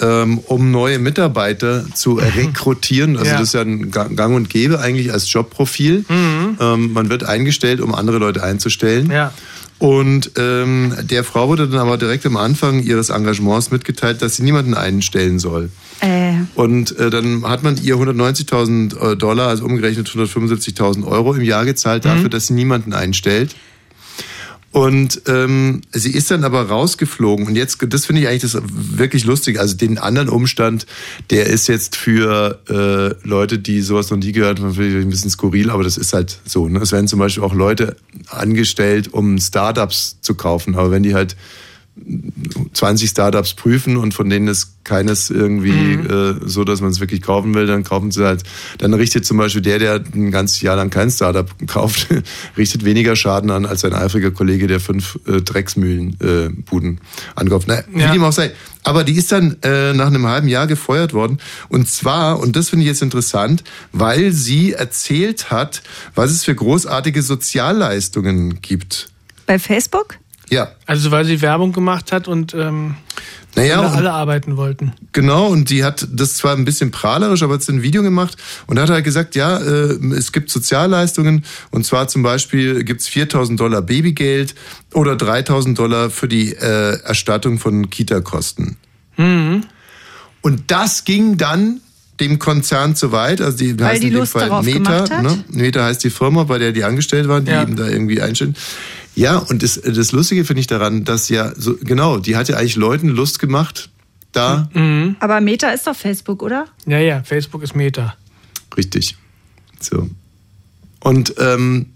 A: ähm, um neue Mitarbeiter zu rekrutieren. Also
G: Ja.
A: das ist ja ein Ga- Gang und Gäbe eigentlich als Jobprofil. Ähm, man wird eingestellt, um andere Leute einzustellen. Und ähm, der Frau wurde dann aber direkt am Anfang ihres Engagements mitgeteilt, dass sie niemanden einstellen soll.
F: Äh.
A: Und äh, dann hat man ihr 190.000 äh, Dollar, also umgerechnet 175.000 Euro im Jahr gezahlt dafür, dass sie niemanden einstellt. Und ähm, sie ist dann aber rausgeflogen. Und jetzt, das finde ich eigentlich das wirklich lustig. Also den anderen Umstand, der ist jetzt für äh, Leute, die sowas noch nie gehört haben, vielleicht ein bisschen skurril, aber das ist halt so. Ne? Es werden zum Beispiel auch Leute angestellt, um Startups zu kaufen. Aber wenn die halt 20 Startups prüfen und von denen ist keines irgendwie
G: Mhm.
A: äh, so, dass man es wirklich kaufen will, dann kaufen sie halt, dann richtet zum Beispiel der, der ein ganzes Jahr lang kein Startup kauft, richtet weniger Schaden an als sein eifriger Kollege, der fünf äh, Drecksmühlenbuden äh, Buden ankauft. Naja, wie dem auch sei. Aber die ist dann äh, nach einem halben Jahr gefeuert worden. Und zwar, und das finde ich jetzt interessant, weil sie erzählt hat, was es für großartige Sozialleistungen gibt.
F: Bei Facebook?
A: Ja.
G: Also weil sie Werbung gemacht hat und ähm,
A: Naja,
G: alle-
A: und-
G: alle arbeiten wollten.
A: Genau, und die hat das zwar ein bisschen prahlerisch, aber hat sie ein Video gemacht und hat halt gesagt, ja, äh, es gibt Sozialleistungen und zwar zum Beispiel gibt's 4.000 Dollar Babygeld oder 3.000 Dollar für die äh, Erstattung von Kita-Kosten. Und das ging dann dem Konzern zu weit, also die
F: Weil
A: heißt
F: die
A: in dem
F: Lust
A: Fall
F: darauf gemacht
A: Meta,
F: hat?
A: ne? Meta heißt die Firma, bei der die angestellt waren, die eben da irgendwie einstellen. Ja, und das, das Lustige finde ich daran, dass ja, so, genau, die hat ja eigentlich Leuten Lust gemacht, da
F: Aber Meta ist doch Facebook, oder?
G: Ja, ja, Facebook ist Meta.
A: Richtig. So. Und, ähm,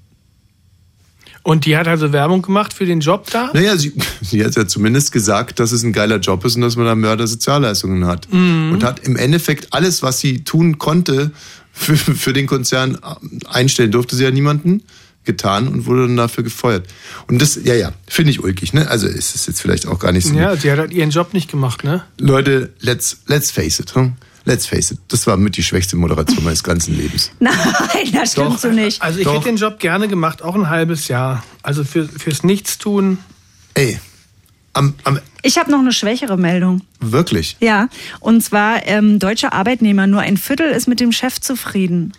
G: Und die hat also Werbung gemacht für den Job da?
A: naja, sie, sie hat ja zumindest gesagt, dass es ein geiler Job ist und dass man da Mördersozialleistungen hat.
G: Mhm.
A: Und hat im Endeffekt alles, was sie tun konnte, für, für den Konzern äh, einstellen durfte sie ja niemanden getan und wurde dann dafür gefeuert. Und das, ja, ja, finde ich ulkig, ne? Also ist es jetzt vielleicht auch gar nicht so.
G: Ja, sie hat halt ihren Job nicht gemacht, ne?
A: Leute, let's, let's face it, hm? Let's face it. Das war mit die schwächste Moderation meines ganzen Lebens.
F: Nein, das stimmt
G: Doch.
F: so nicht.
G: Also ich hätte den Job gerne gemacht, auch ein halbes Jahr. Also für, fürs Nichtstun.
A: Ey, am, am
F: Ich habe noch eine schwächere Meldung.
A: wirklich.
F: Ja, und zwar ähm, deutsche Arbeitnehmer. Nur ein Viertel ist mit dem Chef zufrieden.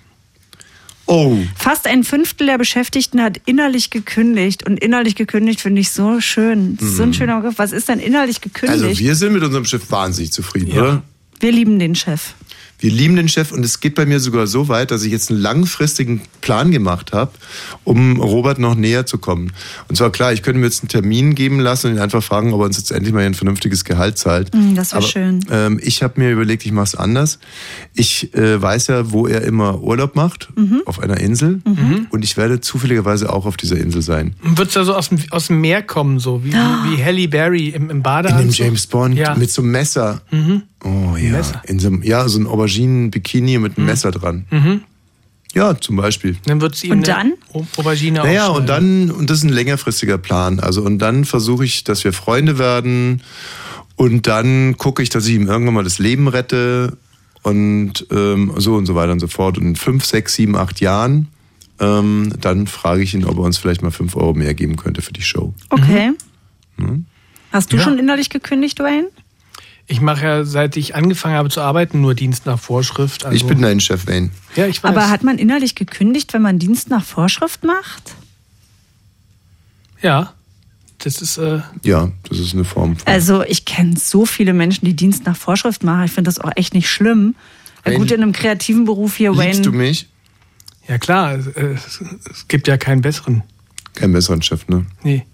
A: Oh.
F: Fast ein Fünftel der Beschäftigten hat innerlich gekündigt. Und innerlich gekündigt finde ich so schön. Das ist so ein
A: Mhm.
F: schöner Begriff. Was ist denn innerlich gekündigt?
A: Also wir sind mit unserem Chef wahnsinnig zufrieden, oder?
F: wir lieben den Chef.
A: Wir lieben den Chef und es geht bei mir sogar so weit, dass ich jetzt einen langfristigen Plan gemacht habe, um Robert noch näher zu kommen. Und zwar klar, ich könnte mir jetzt einen Termin geben lassen und ihn einfach fragen, ob er uns jetzt endlich mal ein vernünftiges Gehalt zahlt.
F: Mm, das wär
A: Aber,
F: schön.
A: Ähm, ich habe mir überlegt, ich mache es anders. Ich äh, weiß ja, wo er immer Urlaub macht,
G: Mhm.
A: auf einer Insel.
G: Mhm.
A: Und ich werde zufälligerweise auch auf dieser Insel sein.
G: Wird es da so aus dem, aus dem Meer kommen, so wie, wie, wie Halle Berry im, im
A: In dem
G: Badeanzug?
A: James Bond
G: Also, Ja.
A: mit so einem Messer.
G: Mhm.
A: Oh ja,
G: Messer?
A: In so einem, ja, so ein Auberginen-Bikini mit einem Messer dran.
G: Mhm.
A: Ja, zum Beispiel.
G: Dann wird sie ihm
A: Und
G: eine Au- Aubergine
A: Naja, und
G: aufschneiden.
A: dann, und das ist ein längerfristiger Plan. Also, und dann versuche ich, dass wir Freunde werden. Und dann gucke ich, dass ich ihm irgendwann mal das Leben rette. Und ähm, so und so weiter und so fort. Und in fünf, sechs, sieben, acht Jahren, ähm, dann frage ich ihn, ob er uns vielleicht mal fünf Euro mehr geben könnte für die Show.
F: Okay.
A: Mhm.
F: Hast du
G: Ja.
F: schon innerlich gekündigt, Wayne?
G: Ich mache ja, seit ich angefangen habe zu arbeiten, nur Dienst nach Vorschrift. Also,
A: ich bin dein Chef, Wayne.
G: Ja, ich weiß.
F: Aber hat man innerlich gekündigt, wenn man Dienst nach Vorschrift macht?
G: ja, das ist. Äh,
A: Ja, das ist eine Form von.
F: Also ich kenne so viele Menschen, die Dienst nach Vorschrift machen. Ich finde das auch echt nicht schlimm. Ja,
G: Wayne,
F: gut, in einem kreativen Beruf hier, Wayne.
A: mich?
G: Ja, klar. Es, äh, es, es gibt ja keinen besseren.
A: Kein besseren Chef, ne?
G: Nee.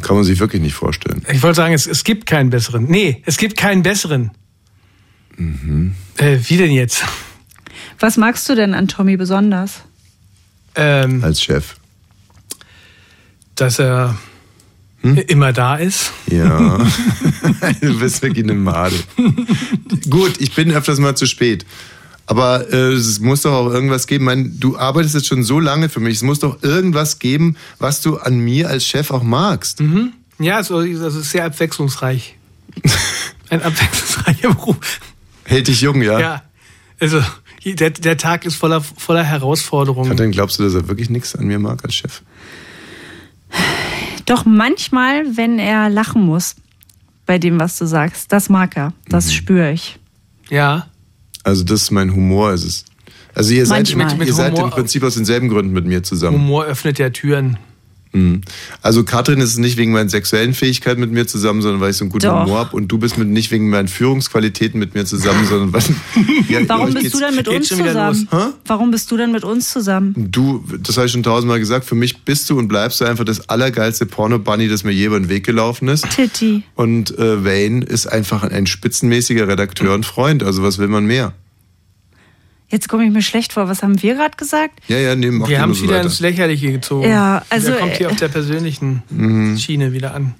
A: Kann man sich wirklich nicht vorstellen.
G: Ich wollte sagen, es, es gibt keinen besseren. Nee, es gibt keinen besseren.
A: Mhm.
G: Äh, wie denn jetzt?
F: Was magst du denn an Tommy besonders?
G: Ähm,
A: Als Chef.
G: Dass er
A: Hm?
G: immer da ist.
A: Ja. du bist wirklich eine Made. Gut, ich bin öfters mal zu spät. Aber äh, es muss doch auch irgendwas geben. Ich meine, du arbeitest jetzt schon so lange für mich. Es muss doch irgendwas geben, was du an mir als Chef auch magst.
G: Ja, so, das ist sehr abwechslungsreich. Ein abwechslungsreicher Beruf.
A: Hält dich jung, ja?
G: Ja. Also, der, der Tag ist voller, voller Herausforderungen.
A: Dann glaubst du, dass er wirklich nichts an mir mag als Chef?
F: Doch manchmal, wenn er lachen muss bei dem, was du sagst, das mag er. Das
A: Mhm.
F: spüre ich.
G: Ja.
A: Also das ist mein Humor. Es ist also ihr seid,
G: Manchmal. Mit- mit
A: ihr seid
G: Humor-
A: im Prinzip aus denselben Gründen mit mir zusammen.
G: Humor öffnet ja Türen.
A: Mhm. Also Katrin ist nicht wegen meinen sexuellen Fähigkeiten mit mir zusammen, sondern weil ich so einen guten
F: Doch.
A: Humor habe. Und du bist mit, nicht wegen meinen Führungsqualitäten mit mir zusammen, sondern weil... Ja,
F: Warum
A: euch
F: bist
A: geht's-
F: du denn mit uns zusammen? Warum bist du denn mit uns zusammen?
A: Du, das habe ich schon tausendmal gesagt, für mich bist du und bleibst du einfach das allergeilste Porno-Bunny, das mir je über den Weg gelaufen ist.
F: Titi.
A: Und äh, Wayne ist einfach ein spitzenmäßiger Redakteur und Freund. Also was will man mehr?
F: Jetzt komme ich mir schlecht vor. Was haben wir gerade gesagt?
A: Ja, ja, nee, mach
G: Wir
A: dir
G: haben
A: nur
G: es
A: so
G: wieder
A: weiter.
G: ins Lächerliche gezogen.
F: Ja, also,
G: Der kommt hier
F: äh,
G: auf der persönlichen Schiene wieder an.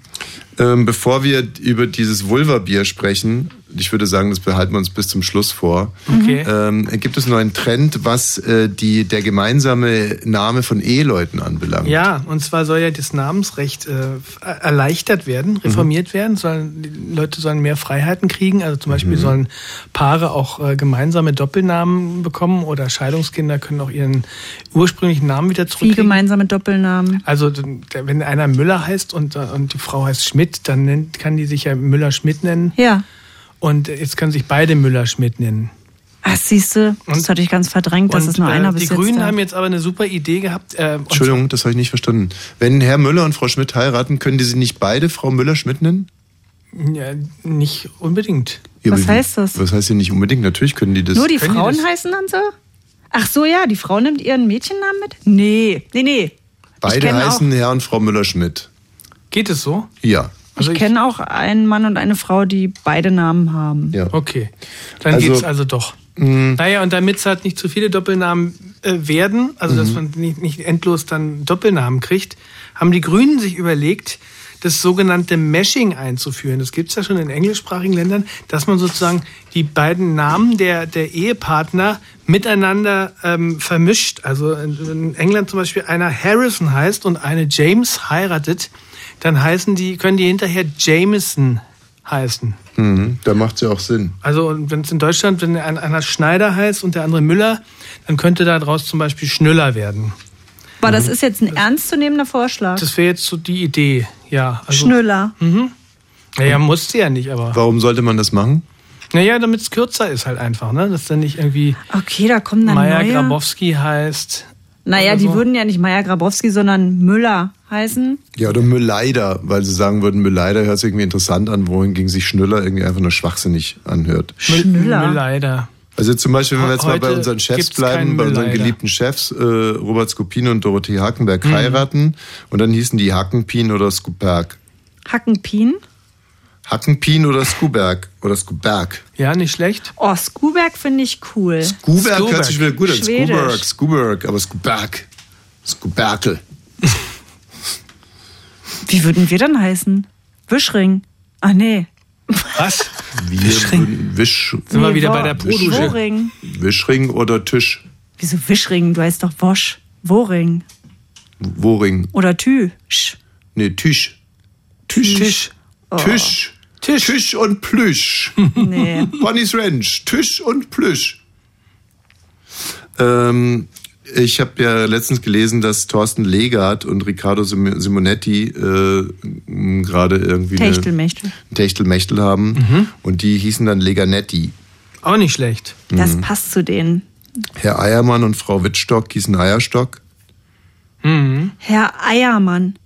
A: Ähm, bevor wir über dieses Vulva-Bier sprechen, ich würde sagen, das behalten wir uns bis zum Schluss vor.
G: Okay. Äh,
A: Ähm, gibt es einen neuen Trend, was äh, die, der gemeinsame Name von Eheleuten anbelangt?
G: Ja, und zwar soll ja das Namensrecht äh, erleichtert werden, reformiert werden. Sollen, die Leute sollen mehr Freiheiten kriegen. Also zum Beispiel
A: Mhm.
G: sollen Paare auch äh, gemeinsame Doppelnamen bekommen oder Scheidungskinder können auch ihren ursprünglichen Namen wieder
F: Wie
G: zurückkriegen.
F: gemeinsame Doppelnamen.
G: Also der- wenn einer Müller heißt und, äh, und die Frau heißt Schmidt, dann nennt, kann die sich ja Müller-Schmidt nennen.
F: Ja.
G: Und jetzt können sich beide Müller-Schmidt nennen.
F: Ach, siehst du, Ah, das hatte ich ganz verdrängt, dass
G: Und,
F: es nur
G: äh,
F: einer bis
G: Die
F: jetzt
G: Grünen
F: da-
G: haben jetzt aber eine super Idee gehabt. Äh, und
A: Entschuldigung, das habe ich nicht verstanden. Wenn Herr Müller und Frau Schmidt heiraten, können die sie nicht beide Frau Müller-Schmidt nennen?
G: Ja, äh, nicht unbedingt.
A: Ja, aber wie- Was heißt denn nicht unbedingt? Natürlich können die das.
F: Nur die
A: Können
F: Frauen
A: das?
F: heißen dann so? Ach so, ja, die Frau nimmt ihren Mädchennamen mit? Nee, nee, nee. ich
A: Beide
F: kenn
A: heißen Herr und Frau Müller-Schmidt.
G: Geht es so?
A: Ja.
F: Auch,
G: Also
F: ich kenne auch einen Mann und eine Frau, die beide Namen haben.
A: Ja.
G: Okay, dann
A: Also- mm.
G: geht's also doch. Naja, und damit es halt nicht zu viele Doppelnamen äh, werden, also dass
A: Mhm.
G: man nicht, nicht endlos dann Doppelnamen kriegt, haben die Grünen sich überlegt, das sogenannte Meshing einzuführen. Das gibt's ja schon in englischsprachigen Ländern, dass man sozusagen die beiden Namen der, der Ehepartner miteinander ähm, vermischt. Also in, in England zum Beispiel einer Harrison heißt und eine James heiratet, dann heißen die, können die hinterher Jameson heißen.
A: Mhm, da macht es ja auch Sinn.
G: Also und wenn es in Deutschland, wenn ein- einer Schneider heißt und der andere Müller, dann könnte daraus zum Beispiel Schnüller werden.
F: Aber das ist jetzt ein ernstzunehmender Vorschlag.
G: Das wäre jetzt so die Idee, ja. Also,
F: Schnüller.
G: Naja, musste ja nicht, aber.
A: Warum sollte man das machen?
G: Naja, damit es kürzer ist halt einfach, ne? Dass dann nicht irgendwie
F: Okay, da kommen dann
G: Meier
F: neue.
G: Grabowski heißt.
F: naja,
G: oder
F: die
G: so.
F: würden ja nicht Meier Grabowski, sondern Müller heißen.
A: Ja, oder Mülleider, weil sie sagen würden, Mülleider hört sich irgendwie interessant an, wohingegen sich Schnüller irgendwie einfach nur schwachsinnig anhört.
G: Müller. Müller.
A: Also zum Beispiel, wenn wir jetzt mal
G: Heute
A: bei unseren Chefs
G: gibt's
A: bleiben,
G: keinen
A: bei unseren
G: Mülleider.
A: geliebten Chefs, äh, Robert Skopin und Dorothee Hackenberg
G: Mhm.
A: heiraten und dann hießen die Hackenpin oder Skuberg.
F: Hackenpin.
A: Hackenpin oder Skuberg oder Skuberg.
G: Ja, nicht schlecht.
F: Oh, Skuberg finde ich cool.
A: Skuberg hört sich wieder gut an.
F: Schwedisch.
A: Skuberg, Skuberg, aber Skuberg. Skuberkel.
F: Wie würden wir dann heißen? Wischring. Ach nee.
G: Was?
A: Wir Wischring. Wisch,
G: Sind wir wieder
F: Wo-
G: bei der Produsche.
F: Woring.
A: Wischring oder Tisch.
F: Wieso Wischring? Du heißt doch Wosch. Woring.
A: Woring.
F: Oder Tüsch.
A: Nee, Tisch.
F: Tisch.
A: Tisch.
F: Oh.
A: Tisch. Tisch. und Plüsch.
F: Nee.
A: Bonnie's Ranch. Tisch und Plüsch. Ähm, ich habe ja letztens gelesen, dass Thorsten Legard und Riccardo Sim- Simonetti äh, m, gerade irgendwie eine-
F: Techtelmechtel.
A: ein Techtelmechtel haben. Und die hießen dann Leganetti.
G: Auch nicht schlecht.
F: Das passt zu denen.
A: Herr Eiermann und Frau Wittstock hießen Eierstock.
F: Herr Eiermann.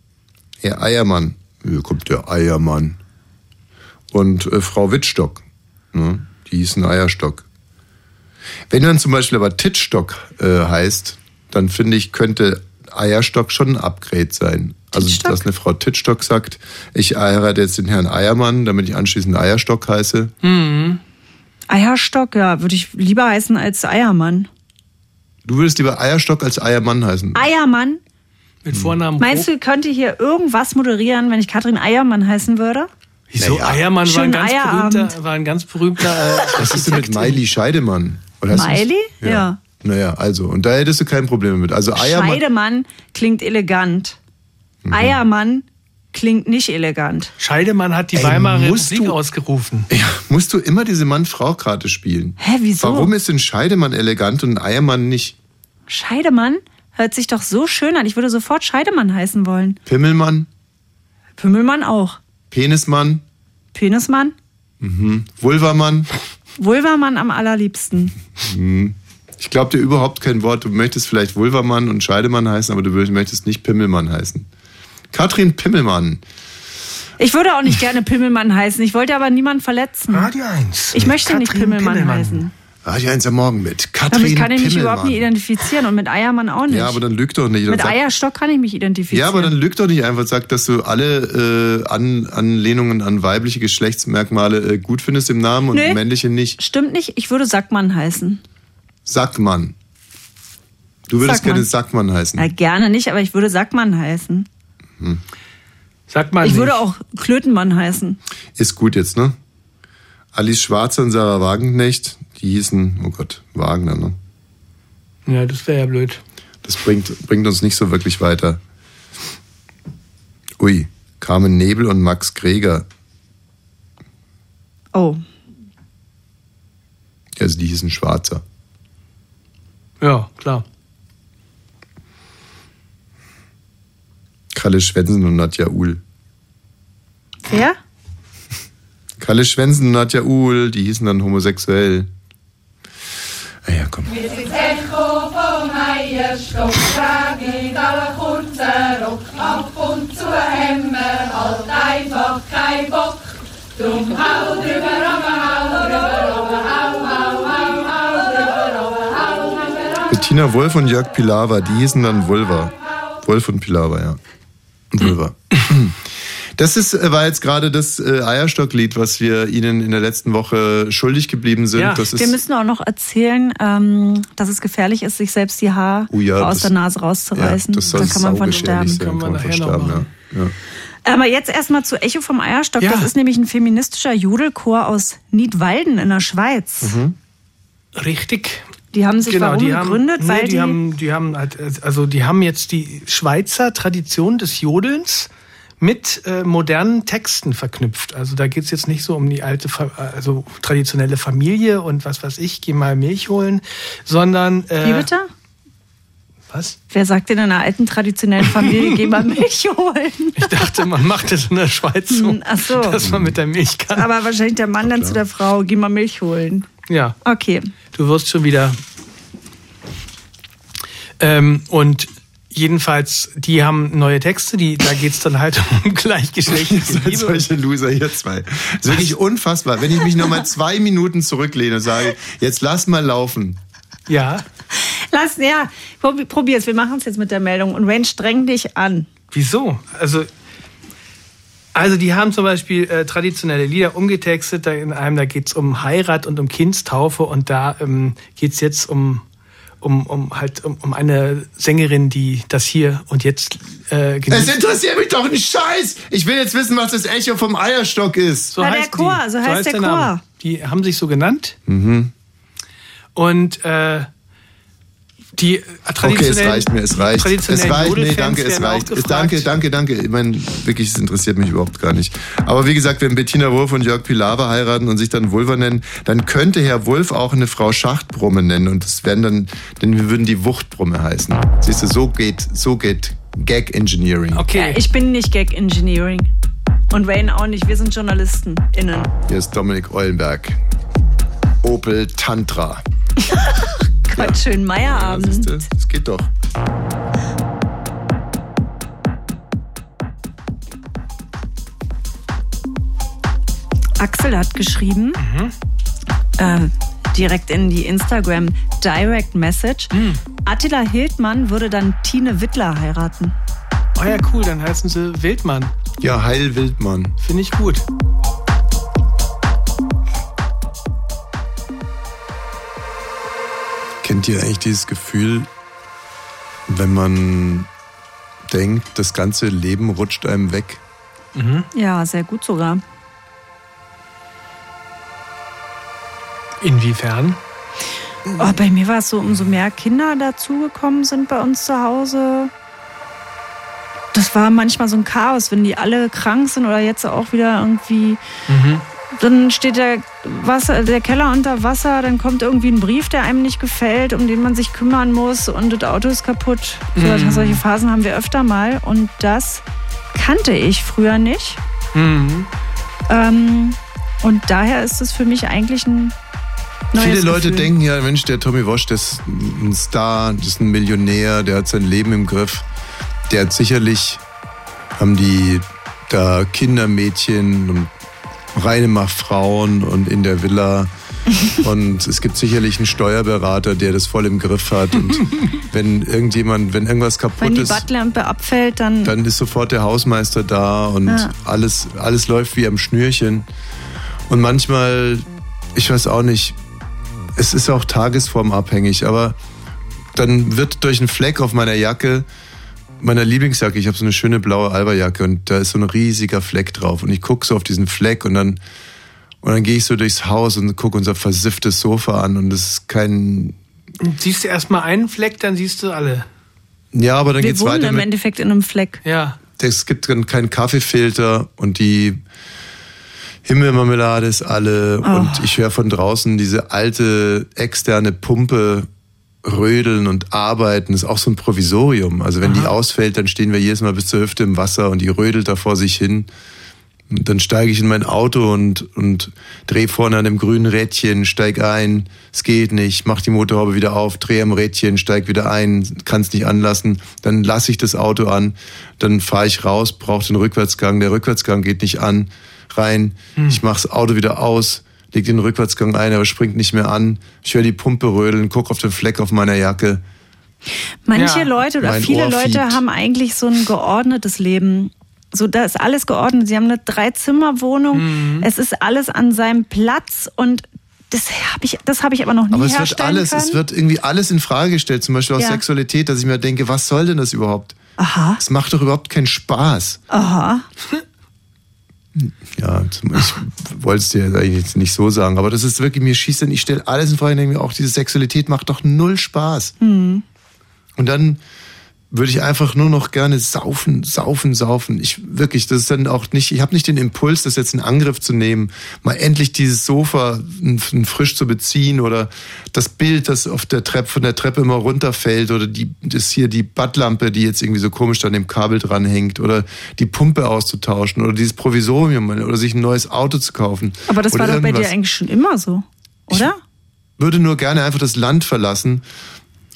A: Herr Eiermann. Hier kommt der Eiermann. Und äh, Frau Wittstock. Ne? Die hießen Eierstock. Wenn dann zum Beispiel aber Tittstock äh, heißt, dann finde ich, könnte Eierstock schon ein Upgrade sein. Also, dass eine Frau Tittstock sagt, ich heirate jetzt den Herrn Eiermann, damit ich anschließend Eierstock heiße.
F: Hm. Eierstock, ja, würde ich lieber heißen als Eiermann.
A: Du würdest lieber Eierstock als Eiermann heißen.
F: Eiermann?
A: Hm.
G: Mit Vornamen.
F: Meinst du, könnte hier irgendwas moderieren, wenn ich Katrin Eiermann heißen würde?
G: Wieso? Eiermann war ein,
F: Schönen
G: ganz
F: Eierabend.
G: berühmter, war ein ganz berühmter. Äh,
A: Was ist denn mit Miley Scheidemann? heißt das-
F: Miley? Ja.
A: Naja, also, und da hättest du kein Problem mit. Also, Eiermann.
F: Scheidemann klingt elegant.
G: Mhm.
F: Eiermann klingt nicht elegant.
G: Scheidemann hat die
A: Ey,
G: Weimarer
A: musst
G: Republik ausgerufen.
A: Ja, musst du immer diese Mann-Frau-Karte spielen?
F: Hä, wieso?
A: Warum ist denn Scheidemann elegant und Eiermann nicht?
F: Scheidemann hört sich doch so schön an. Ich würde sofort Scheidemann heißen wollen.
A: Pimmelmann,
F: Pümmelmann auch.
A: Penismann,
F: Penismann,
A: mhm. Vulvamann.
F: Vulvamann am allerliebsten.
A: Mhm. Ich glaube dir überhaupt kein Wort. Du möchtest vielleicht Vulvamann und Scheidemann heißen, aber du wür- möchtest nicht Pimmelmann heißen. Katrin Pimmelmann.
F: Ich würde auch nicht gerne Pimmelmann heißen. Ich wollte aber niemanden verletzen.
G: Radio 1.
F: Ich möchte nicht
G: Katrin
F: Pimmelmann,
G: Pimmelmann.
F: heißen.
A: Ah, die eins am Morgen mit. Katrin
F: Damit kann ich mich
A: Pimmelmann.
F: überhaupt nicht identifizieren und mit Eiermann auch nicht.
A: Ja, aber dann lüg doch nicht. Dann
F: mit
A: sag-
F: Eierstock kann ich mich identifizieren.
A: Ja, aber dann lüg doch nicht einfach, sag, dass du alle äh, an Anlehnungen an weibliche Geschlechtsmerkmale äh, gut findest im Namen und
F: Nö.
A: männliche nicht.
F: Stimmt nicht, ich würde Sackmann heißen.
A: Sackmann. Du würdest
F: Sackmann.
A: gerne Sackmann heißen.
F: Na, gerne nicht, aber ich würde Sackmann heißen.
G: Sag mal
F: ich
G: nicht.
F: würde auch Klötenmann heißen.
A: Ist gut jetzt, ne?
E: Alice Schwarzer und Sarah Wagenknecht, die hießen, oh Gott, Wagner, ne?
G: Ja, das wäre ja blöd.
E: Das bringt, bringt uns nicht so wirklich weiter. Ui, Carmen Nebel und Max Greger.
F: Oh.
E: Also die hießen Schwarzer.
G: Ja, klar.
E: Kalle Schwensen und Nadja Uhl.
F: Wer?
E: Kalle Schwensen und Nadja Uhl, die hießen dann homosexuell. Naja, Ah komm.
N: Wir sind Echo vom Eierstock, tragen in aller kurzen Rock. Ab und zu haben wir halt einfach keinen Bock. Drum hau drüber, aber hau drüber, aber hau, hau, hau, hau drüber, aber hau drüber.
E: Bettina Wolf und Jörg Pilawa, die hießen dann Vulva. Wolf und Pilawa, ja. Vulva. Das ist, äh, war jetzt gerade das äh, Eierstocklied, was wir Ihnen in der letzten Woche schuldig geblieben sind.
F: Ja.
E: Das ist,
F: Wir müssen auch noch erzählen, ähm, dass es gefährlich ist, sich selbst die Haar
E: Oh ja,
F: aus
E: das-
F: der Nase rauszureißen.
E: Ja, das soll
F: Dann kann man von
E: saugeschädlich
F: sterben.
E: sein, kann man von sterben, ja. ja.
F: Aber jetzt erstmal zu Echo vom Eierstock. Das ist nämlich ein feministischer Jodelchor aus Niedwalden in der Schweiz.
G: Richtig.
F: Die haben sich warum
G: Mhm. Genau, die haben-
F: gegründet?
G: nee,
F: weil
G: die, haben, die haben halt, also die haben jetzt die Schweizer Tradition des Jodelns mit äh, modernen Texten verknüpft. Also da geht es jetzt nicht so um die alte, Fa also traditionelle Familie und was weiß ich, geh mal Milch holen, sondern äh,
F: Wie bitte?
G: Was?
F: Wer sagt denn in einer alten traditionellen Familie, geh mal Milch holen?
G: Ich dachte, man macht das in der Schweiz so,
F: Hm, Ach so.
G: dass man mit der Milch kann.
F: Aber wahrscheinlich der Mann dann zu der Frau, geh mal Milch holen.
G: Ja.
F: Okay.
G: Du wirst schon wieder. Ähm, und jedenfalls, die haben neue Texte, die, da geht es dann halt um gleichgeschlechtliche
E: Ihr seid
G: Liebe.
E: solche Loser, ihr zwei. Das ist wirklich unfassbar. Wenn ich mich nochmal zwei Minuten zurücklehne und sage, jetzt lass mal laufen.
G: Ja.
F: Lass, ja, prob- probier's. Wir machen es jetzt mit der Meldung. Und Range, streng dich an.
G: Wieso? Also, also die haben zum Beispiel äh, traditionelle Lieder umgetextet. Da in einem, da geht es um Heirat und um Kindstaufe und da ähm, geht es jetzt um, um, um, halt, um, um eine Sängerin, die das hier und jetzt äh,
E: Es interessiert mich doch ein Scheiß. Ich will jetzt wissen, was das Echo vom Eierstock ist.
G: So heißt die. Name. Die haben sich so genannt.
E: Mhm.
G: Und äh, die
E: Okay, es
G: traditionellen
E: reicht mir, es reicht.
G: traditionellen
E: Es reicht, nee,
G: Jodelfans
E: danke, es
G: werden auch
E: reicht.
G: gefragt.
E: Danke, danke, danke. Ich meine, wirklich, es interessiert mich überhaupt gar nicht. Aber wie gesagt, wenn Bettina Wolf und Jörg Pilawa heiraten und sich dann Vulva nennen, dann könnte Herr Wolf auch eine Frau Schachtbrumme nennen und das wären dann, denn wir würden die Wuchtbrumme heißen. Siehst du, so geht, so geht Gag Engineering.
F: Ja, ich bin nicht Gag Engineering. Und Wayne auch nicht. Wir sind Journalisten. Innen.
E: Hier ist Dominik Eulenberg. Opel Tantra.
F: Gott, schönen Meierabend.
E: Das geht doch.
F: Axel hat geschrieben, äh, direkt in die Instagram Direct Message, Attila Hildmann würde dann Tine Wittler heiraten.
G: Oh ja, cool, dann heißen sie Wildmann.
E: Ja, Heil Wildmann.
G: Finde ich gut.
E: Kennt ihr eigentlich dieses Gefühl, wenn man denkt, das ganze Leben rutscht einem weg?
F: Ja, sehr gut sogar.
G: Inwiefern?
F: Oh, bei mir war es so, umso mehr Kinder dazugekommen sind bei uns zu Hause. Das war manchmal so ein Chaos, wenn die alle krank sind oder jetzt auch wieder irgendwie. Dann steht der, Wasser, der Keller unter Wasser, dann kommt irgendwie ein Brief, der einem nicht gefällt, um den man sich kümmern muss und das Auto ist kaputt. So, also
G: Mhm.
F: Solche Phasen haben wir öfter mal und das kannte ich früher nicht.
G: Mhm.
F: Ähm, und daher ist es für mich eigentlich ein neues
E: Viele Leute
F: Gefühl.
E: denken ja, Mensch, der Tommy Walsh, der ist ein Star, das ist ein Millionär, der hat sein Leben im Griff. Der hat sicherlich, haben die da Kindermädchen und Reinemach-Frauen und in der Villa. Und es gibt sicherlich einen Steuerberater, der das voll im Griff hat. Und wenn irgendjemand, wenn irgendwas kaputt
F: Wenn die
E: ist.
F: Buttlampe abfällt, dann,
E: Dann ist sofort der Hausmeister da und
F: Ja.
E: alles, alles läuft wie am Schnürchen. Und manchmal, ich weiß auch nicht, es ist auch tagesformabhängig, aber dann wird durch einen Fleck auf meiner Jacke, meiner Lieblingsjacke, ich habe so eine schöne blaue Alba-Jacke und da ist so ein riesiger Fleck drauf und ich gucke so auf diesen Fleck und dann Und dann gehe ich so durchs Haus und gucke unser versifftes Sofa an und es ist kein.
G: Und siehst du erstmal einen Fleck, dann siehst du alle.
E: Ja, aber dann
F: Wir
E: geht's
F: wohnen
E: weiter.
F: im
E: Mit,
F: Endeffekt in einem Fleck.
G: Ja.
E: es gibt dann keinen Kaffeefilter und die Himmelmarmelade ist alle und
F: Oh.
E: ich höre von draußen diese alte externe Pumpe rödeln und arbeiten. Das ist auch so ein Provisorium. Also wenn die ausfällt, dann stehen wir jedes Mal bis zur Hüfte im Wasser und die rödelt da vor sich hin. Und dann steige ich in mein Auto und, und drehe vorne an dem grünen Rädchen, steig ein, es geht nicht, mach die Motorhaube wieder auf, drehe am Rädchen, steig wieder ein, kann es nicht anlassen, dann lasse ich das Auto an, dann fahre ich raus, brauche den Rückwärtsgang, der Rückwärtsgang geht nicht an, rein, ich mache das Auto wieder aus, leg den Rückwärtsgang ein, aber springt nicht mehr an, ich höre die Pumpe rödeln, guck auf den Fleck auf meiner Jacke.
F: Manche
E: Ja.
F: Leute oder
E: Mein
F: viele
E: Ohr
F: Leute
E: fiebt.
F: haben eigentlich so ein geordnetes Leben. So, da ist alles geordnet. Sie haben eine Dreizimmerwohnung. Es ist alles an seinem Platz und das habe ich, das habe ich aber noch nie
E: Aber es wird
F: herstellen
E: alles,
F: können.
E: es wird irgendwie alles in Frage gestellt, zum Beispiel auch
F: Ja.
E: Sexualität, dass ich mir denke, was soll denn das überhaupt?
F: Aha.
E: Es macht doch überhaupt keinen Spaß.
F: Aha.
E: Ja, zum- ich wollte es dir jetzt eigentlich jetzt nicht so sagen, aber das ist wirklich, mir schießt dann, ich stelle alles in Frage, und denke mir auch, diese Sexualität macht doch null Spaß.
F: Hm.
E: Und dann würde ich einfach nur noch gerne saufen, saufen, saufen. Ich wirklich, das ist dann auch nicht, ich habe nicht den Impuls, das jetzt in Angriff zu nehmen, mal endlich dieses Sofa n- n- frisch zu beziehen oder das Bild, das auf der Treppe von der Treppe immer runterfällt oder die das hier die Badlampe, die jetzt irgendwie so komisch an dem Kabel dranhängt oder die Pumpe auszutauschen oder dieses Provisorium oder sich ein neues Auto zu kaufen.
F: Aber das
E: oder
F: war doch bei dir
E: irgendwas
F: eigentlich schon immer so, oder?
E: würde nur gerne einfach das Land verlassen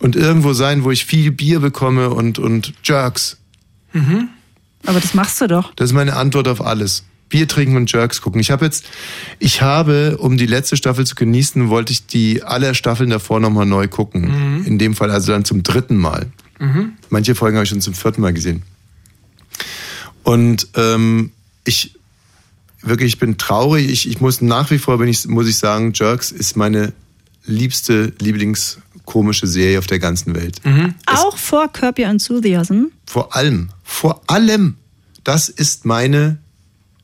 E: und irgendwo sein, wo ich viel Bier bekomme und, und Jerks.
F: Mhm. Aber das machst du doch.
E: Das ist meine Antwort auf alles. Bier trinken und Jerks gucken. Ich habe jetzt, ich habe, um die letzte Staffel zu genießen, wollte ich die alle Staffeln davor nochmal neu gucken. In dem Fall also dann zum dritten Mal.
G: Mhm.
E: Manche Folgen habe ich schon zum vierten Mal gesehen. Und ähm, ich wirklich, ich bin traurig. Ich, ich muss nach wie vor, bin ich, muss ich sagen, Jerks ist meine liebste, lieblingskomische Serie auf der ganzen Welt.
F: Auch vor Curb Your Enthusiasm.
E: Vor allem, vor allem, das ist meine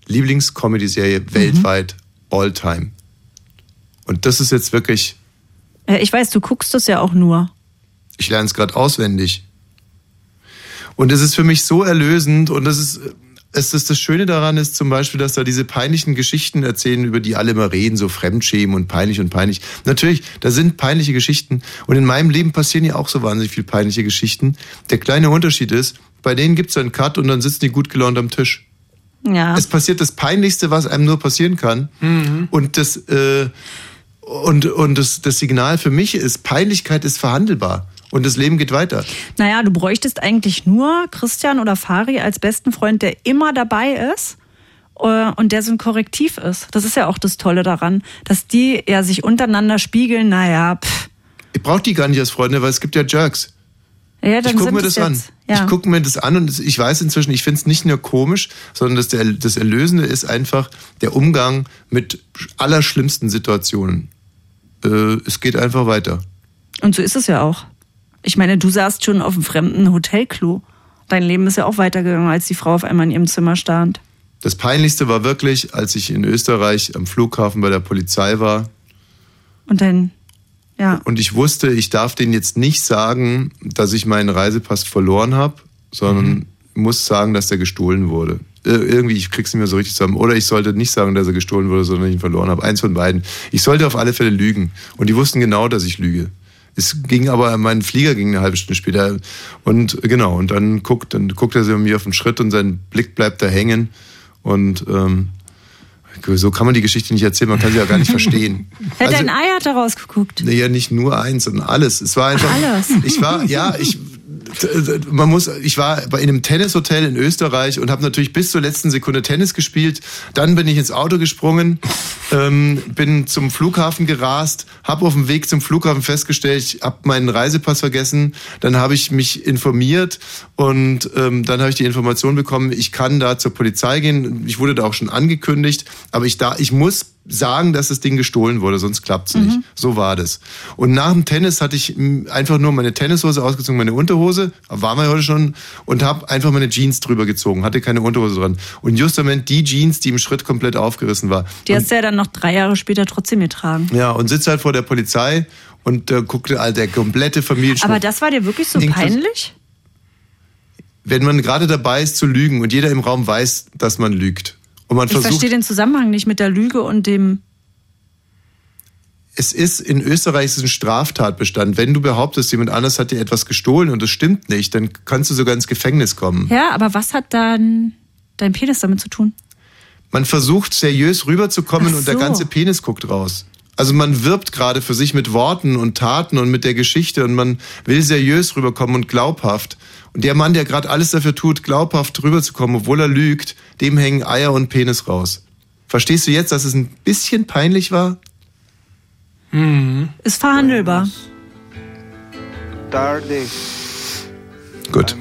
E: Lieblingscomedy-Serie weltweit, all time. Und das ist jetzt wirklich,
F: Äh, Ich weiß, du guckst das ja auch nur.
E: ich lerne es gerade auswendig. Und es ist für mich so erlösend und das ist, es ist das Schöne daran ist zum Beispiel, dass da diese peinlichen Geschichten erzählen, über die alle immer reden, so Fremdschämen und peinlich und peinlich. Natürlich, da sind peinliche Geschichten und in meinem Leben passieren ja auch so wahnsinnig viel peinliche Geschichten. Der kleine Unterschied ist, bei denen gibt es einen Cut und dann sitzen die gut gelaunt am Tisch.
F: Ja.
E: Es passiert das Peinlichste, was einem nur passieren kann.
F: Mhm.
E: Und das äh, und und das, das Signal für mich ist: Peinlichkeit ist verhandelbar und das Leben geht weiter.
F: Naja, du bräuchtest eigentlich nur Christian oder Fari als besten Freund, der immer dabei ist äh, und der so ein Korrektiv ist. Das ist ja auch das Tolle daran, dass die ja sich untereinander spiegeln. Naja, pff.
E: Ich brauche die gar nicht als Freunde, weil es gibt ja Jerks.
F: Ja, dann
E: ich gucke
F: sind
E: mir
F: es
E: das an.
F: jetzt- Ja.
E: Ich gucke mir das an und ich weiß inzwischen, ich finde es nicht nur komisch, sondern das, der, das Erlösende ist einfach der Umgang mit allerschlimmsten Situationen. Äh, es geht einfach weiter.
F: Und so ist es ja auch. Ich meine, du saßt schon auf einem fremden Hotelklo. Dein Leben ist ja auch weitergegangen, als die Frau auf einmal in ihrem Zimmer stand.
E: Das Peinlichste war wirklich, als ich in Österreich am Flughafen bei der Polizei war
F: Und dann, ja.
E: und ich wusste, ich darf denen jetzt nicht sagen, dass ich meinen Reisepass verloren habe, sondern muss sagen, dass der gestohlen wurde. Ir- Irgendwie, ich krieg's nicht mehr so richtig zusammen. Oder ich sollte nicht sagen, dass er gestohlen wurde, sondern ich ihn verloren habe. Eins von beiden. Ich sollte auf alle Fälle lügen. Und die wussten genau, dass ich lüge. Es ging aber, mein Flieger ging eine halbe Stunde später. Und genau, und dann guckt, dann guckt er so mir auf den Schritt und sein Blick bleibt da hängen. Und ähm, so kann man die Geschichte nicht erzählen, man kann sie ja gar nicht verstehen. Also
F: Hätte ein Ei hat da rausgeguckt.
E: Nee, ja, nicht nur eins, sondern alles. Es war einfach.
F: Alles.
E: Ich war, ja, ich. Man muss, ich war bei in einem Tennishotel in Österreich und habe natürlich bis zur letzten Sekunde Tennis gespielt. Dann bin ich ins Auto gesprungen, ähm, bin zum Flughafen gerast, habe auf dem Weg zum Flughafen festgestellt, ich habe meinen Reisepass vergessen. Dann habe ich mich informiert und ähm, dann habe ich die Information bekommen, ich kann da zur Polizei gehen. Ich wurde da auch schon angekündigt, aber ich da, ich muss sagen, dass das Ding gestohlen wurde, sonst klappt's nicht. So war das. Und nach dem Tennis hatte ich mh, einfach nur meine Tennishose ausgezogen, meine Unterhose, waren wir heute schon, und habe einfach meine Jeans drüber gezogen, hatte keine Unterhose dran. Und justament die Jeans, die im Schritt komplett aufgerissen war.
F: Die hast du ja dann noch drei Jahre später trotzdem getragen.
E: Ja, und sitze halt vor der Polizei und äh, guckte all der komplette Familie.
F: Aber das war dir wirklich so
E: Links-
F: peinlich?
E: Wenn man gerade dabei ist zu lügen und jeder im Raum weiß, dass man lügt. Und man
F: Ich
E: versucht
F: verstehe den Zusammenhang nicht mit der Lüge und dem.
E: es ist in Österreich ist es ein Straftatbestand. Wenn du behauptest, jemand anders hat dir etwas gestohlen und es stimmt nicht, dann kannst du sogar ins Gefängnis kommen.
F: Ja, aber was hat dann dein Penis damit zu tun?
E: Man versucht seriös rüberzukommen
F: Ach
E: und der
F: so.
E: ganze Penis guckt raus. Also man wirbt gerade für sich mit Worten und Taten und mit der Geschichte und man will seriös rüberkommen und glaubhaft. Und der Mann, der gerade alles dafür tut, glaubhaft rüberzukommen, obwohl er lügt, dem hängen Eier und Penis raus. Verstehst du jetzt, dass es ein bisschen peinlich war?
F: Ist verhandelbar.
O: Tarde.
E: Gut.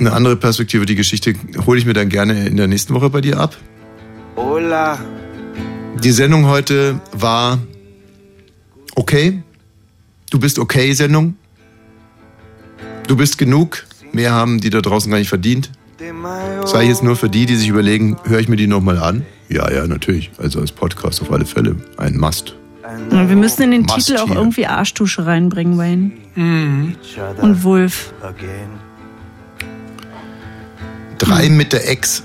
E: Eine andere Perspektive, die Geschichte hole ich mir dann gerne in der nächsten Woche bei dir ab.
O: Hola.
E: Die Sendung heute war okay. Du bist okay, Sendung. Du bist genug. Mehr haben die da draußen gar nicht verdient. Sei jetzt nur für die, die sich überlegen, höre ich mir die nochmal an? Ja, ja, natürlich. Also als Podcast auf alle Fälle. Ein Must.
F: Ja, wir müssen in den
E: Must
F: Titel auch
E: hier.
F: irgendwie Arschtusche reinbringen, Wayne. Und Wolf.
E: Drei mit der Ex.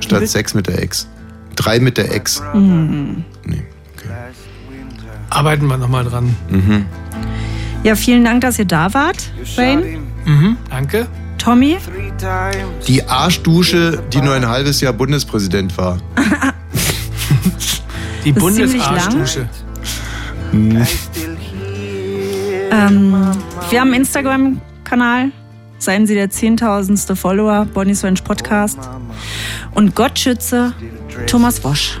E: Statt sechs mit der Ex. Drei mit der Ex.
F: Mhm.
G: Arbeiten wir nochmal dran.
E: Mhm.
F: Ja, vielen Dank, dass ihr da wart, Wayne.
G: Mhm, danke.
F: Tommy.
E: Die Arschdusche, die nur ein halbes Jahr Bundespräsident war.
G: Die
F: Das ist ziemlich
G: Bundesarschdusche.
E: Hm.
F: Ähm, wir haben einen Instagram-Kanal. Seien Sie der zehntausendste Follower, Bonnie's Ranch Podcast. Und Gott schütze Thomas Wosch.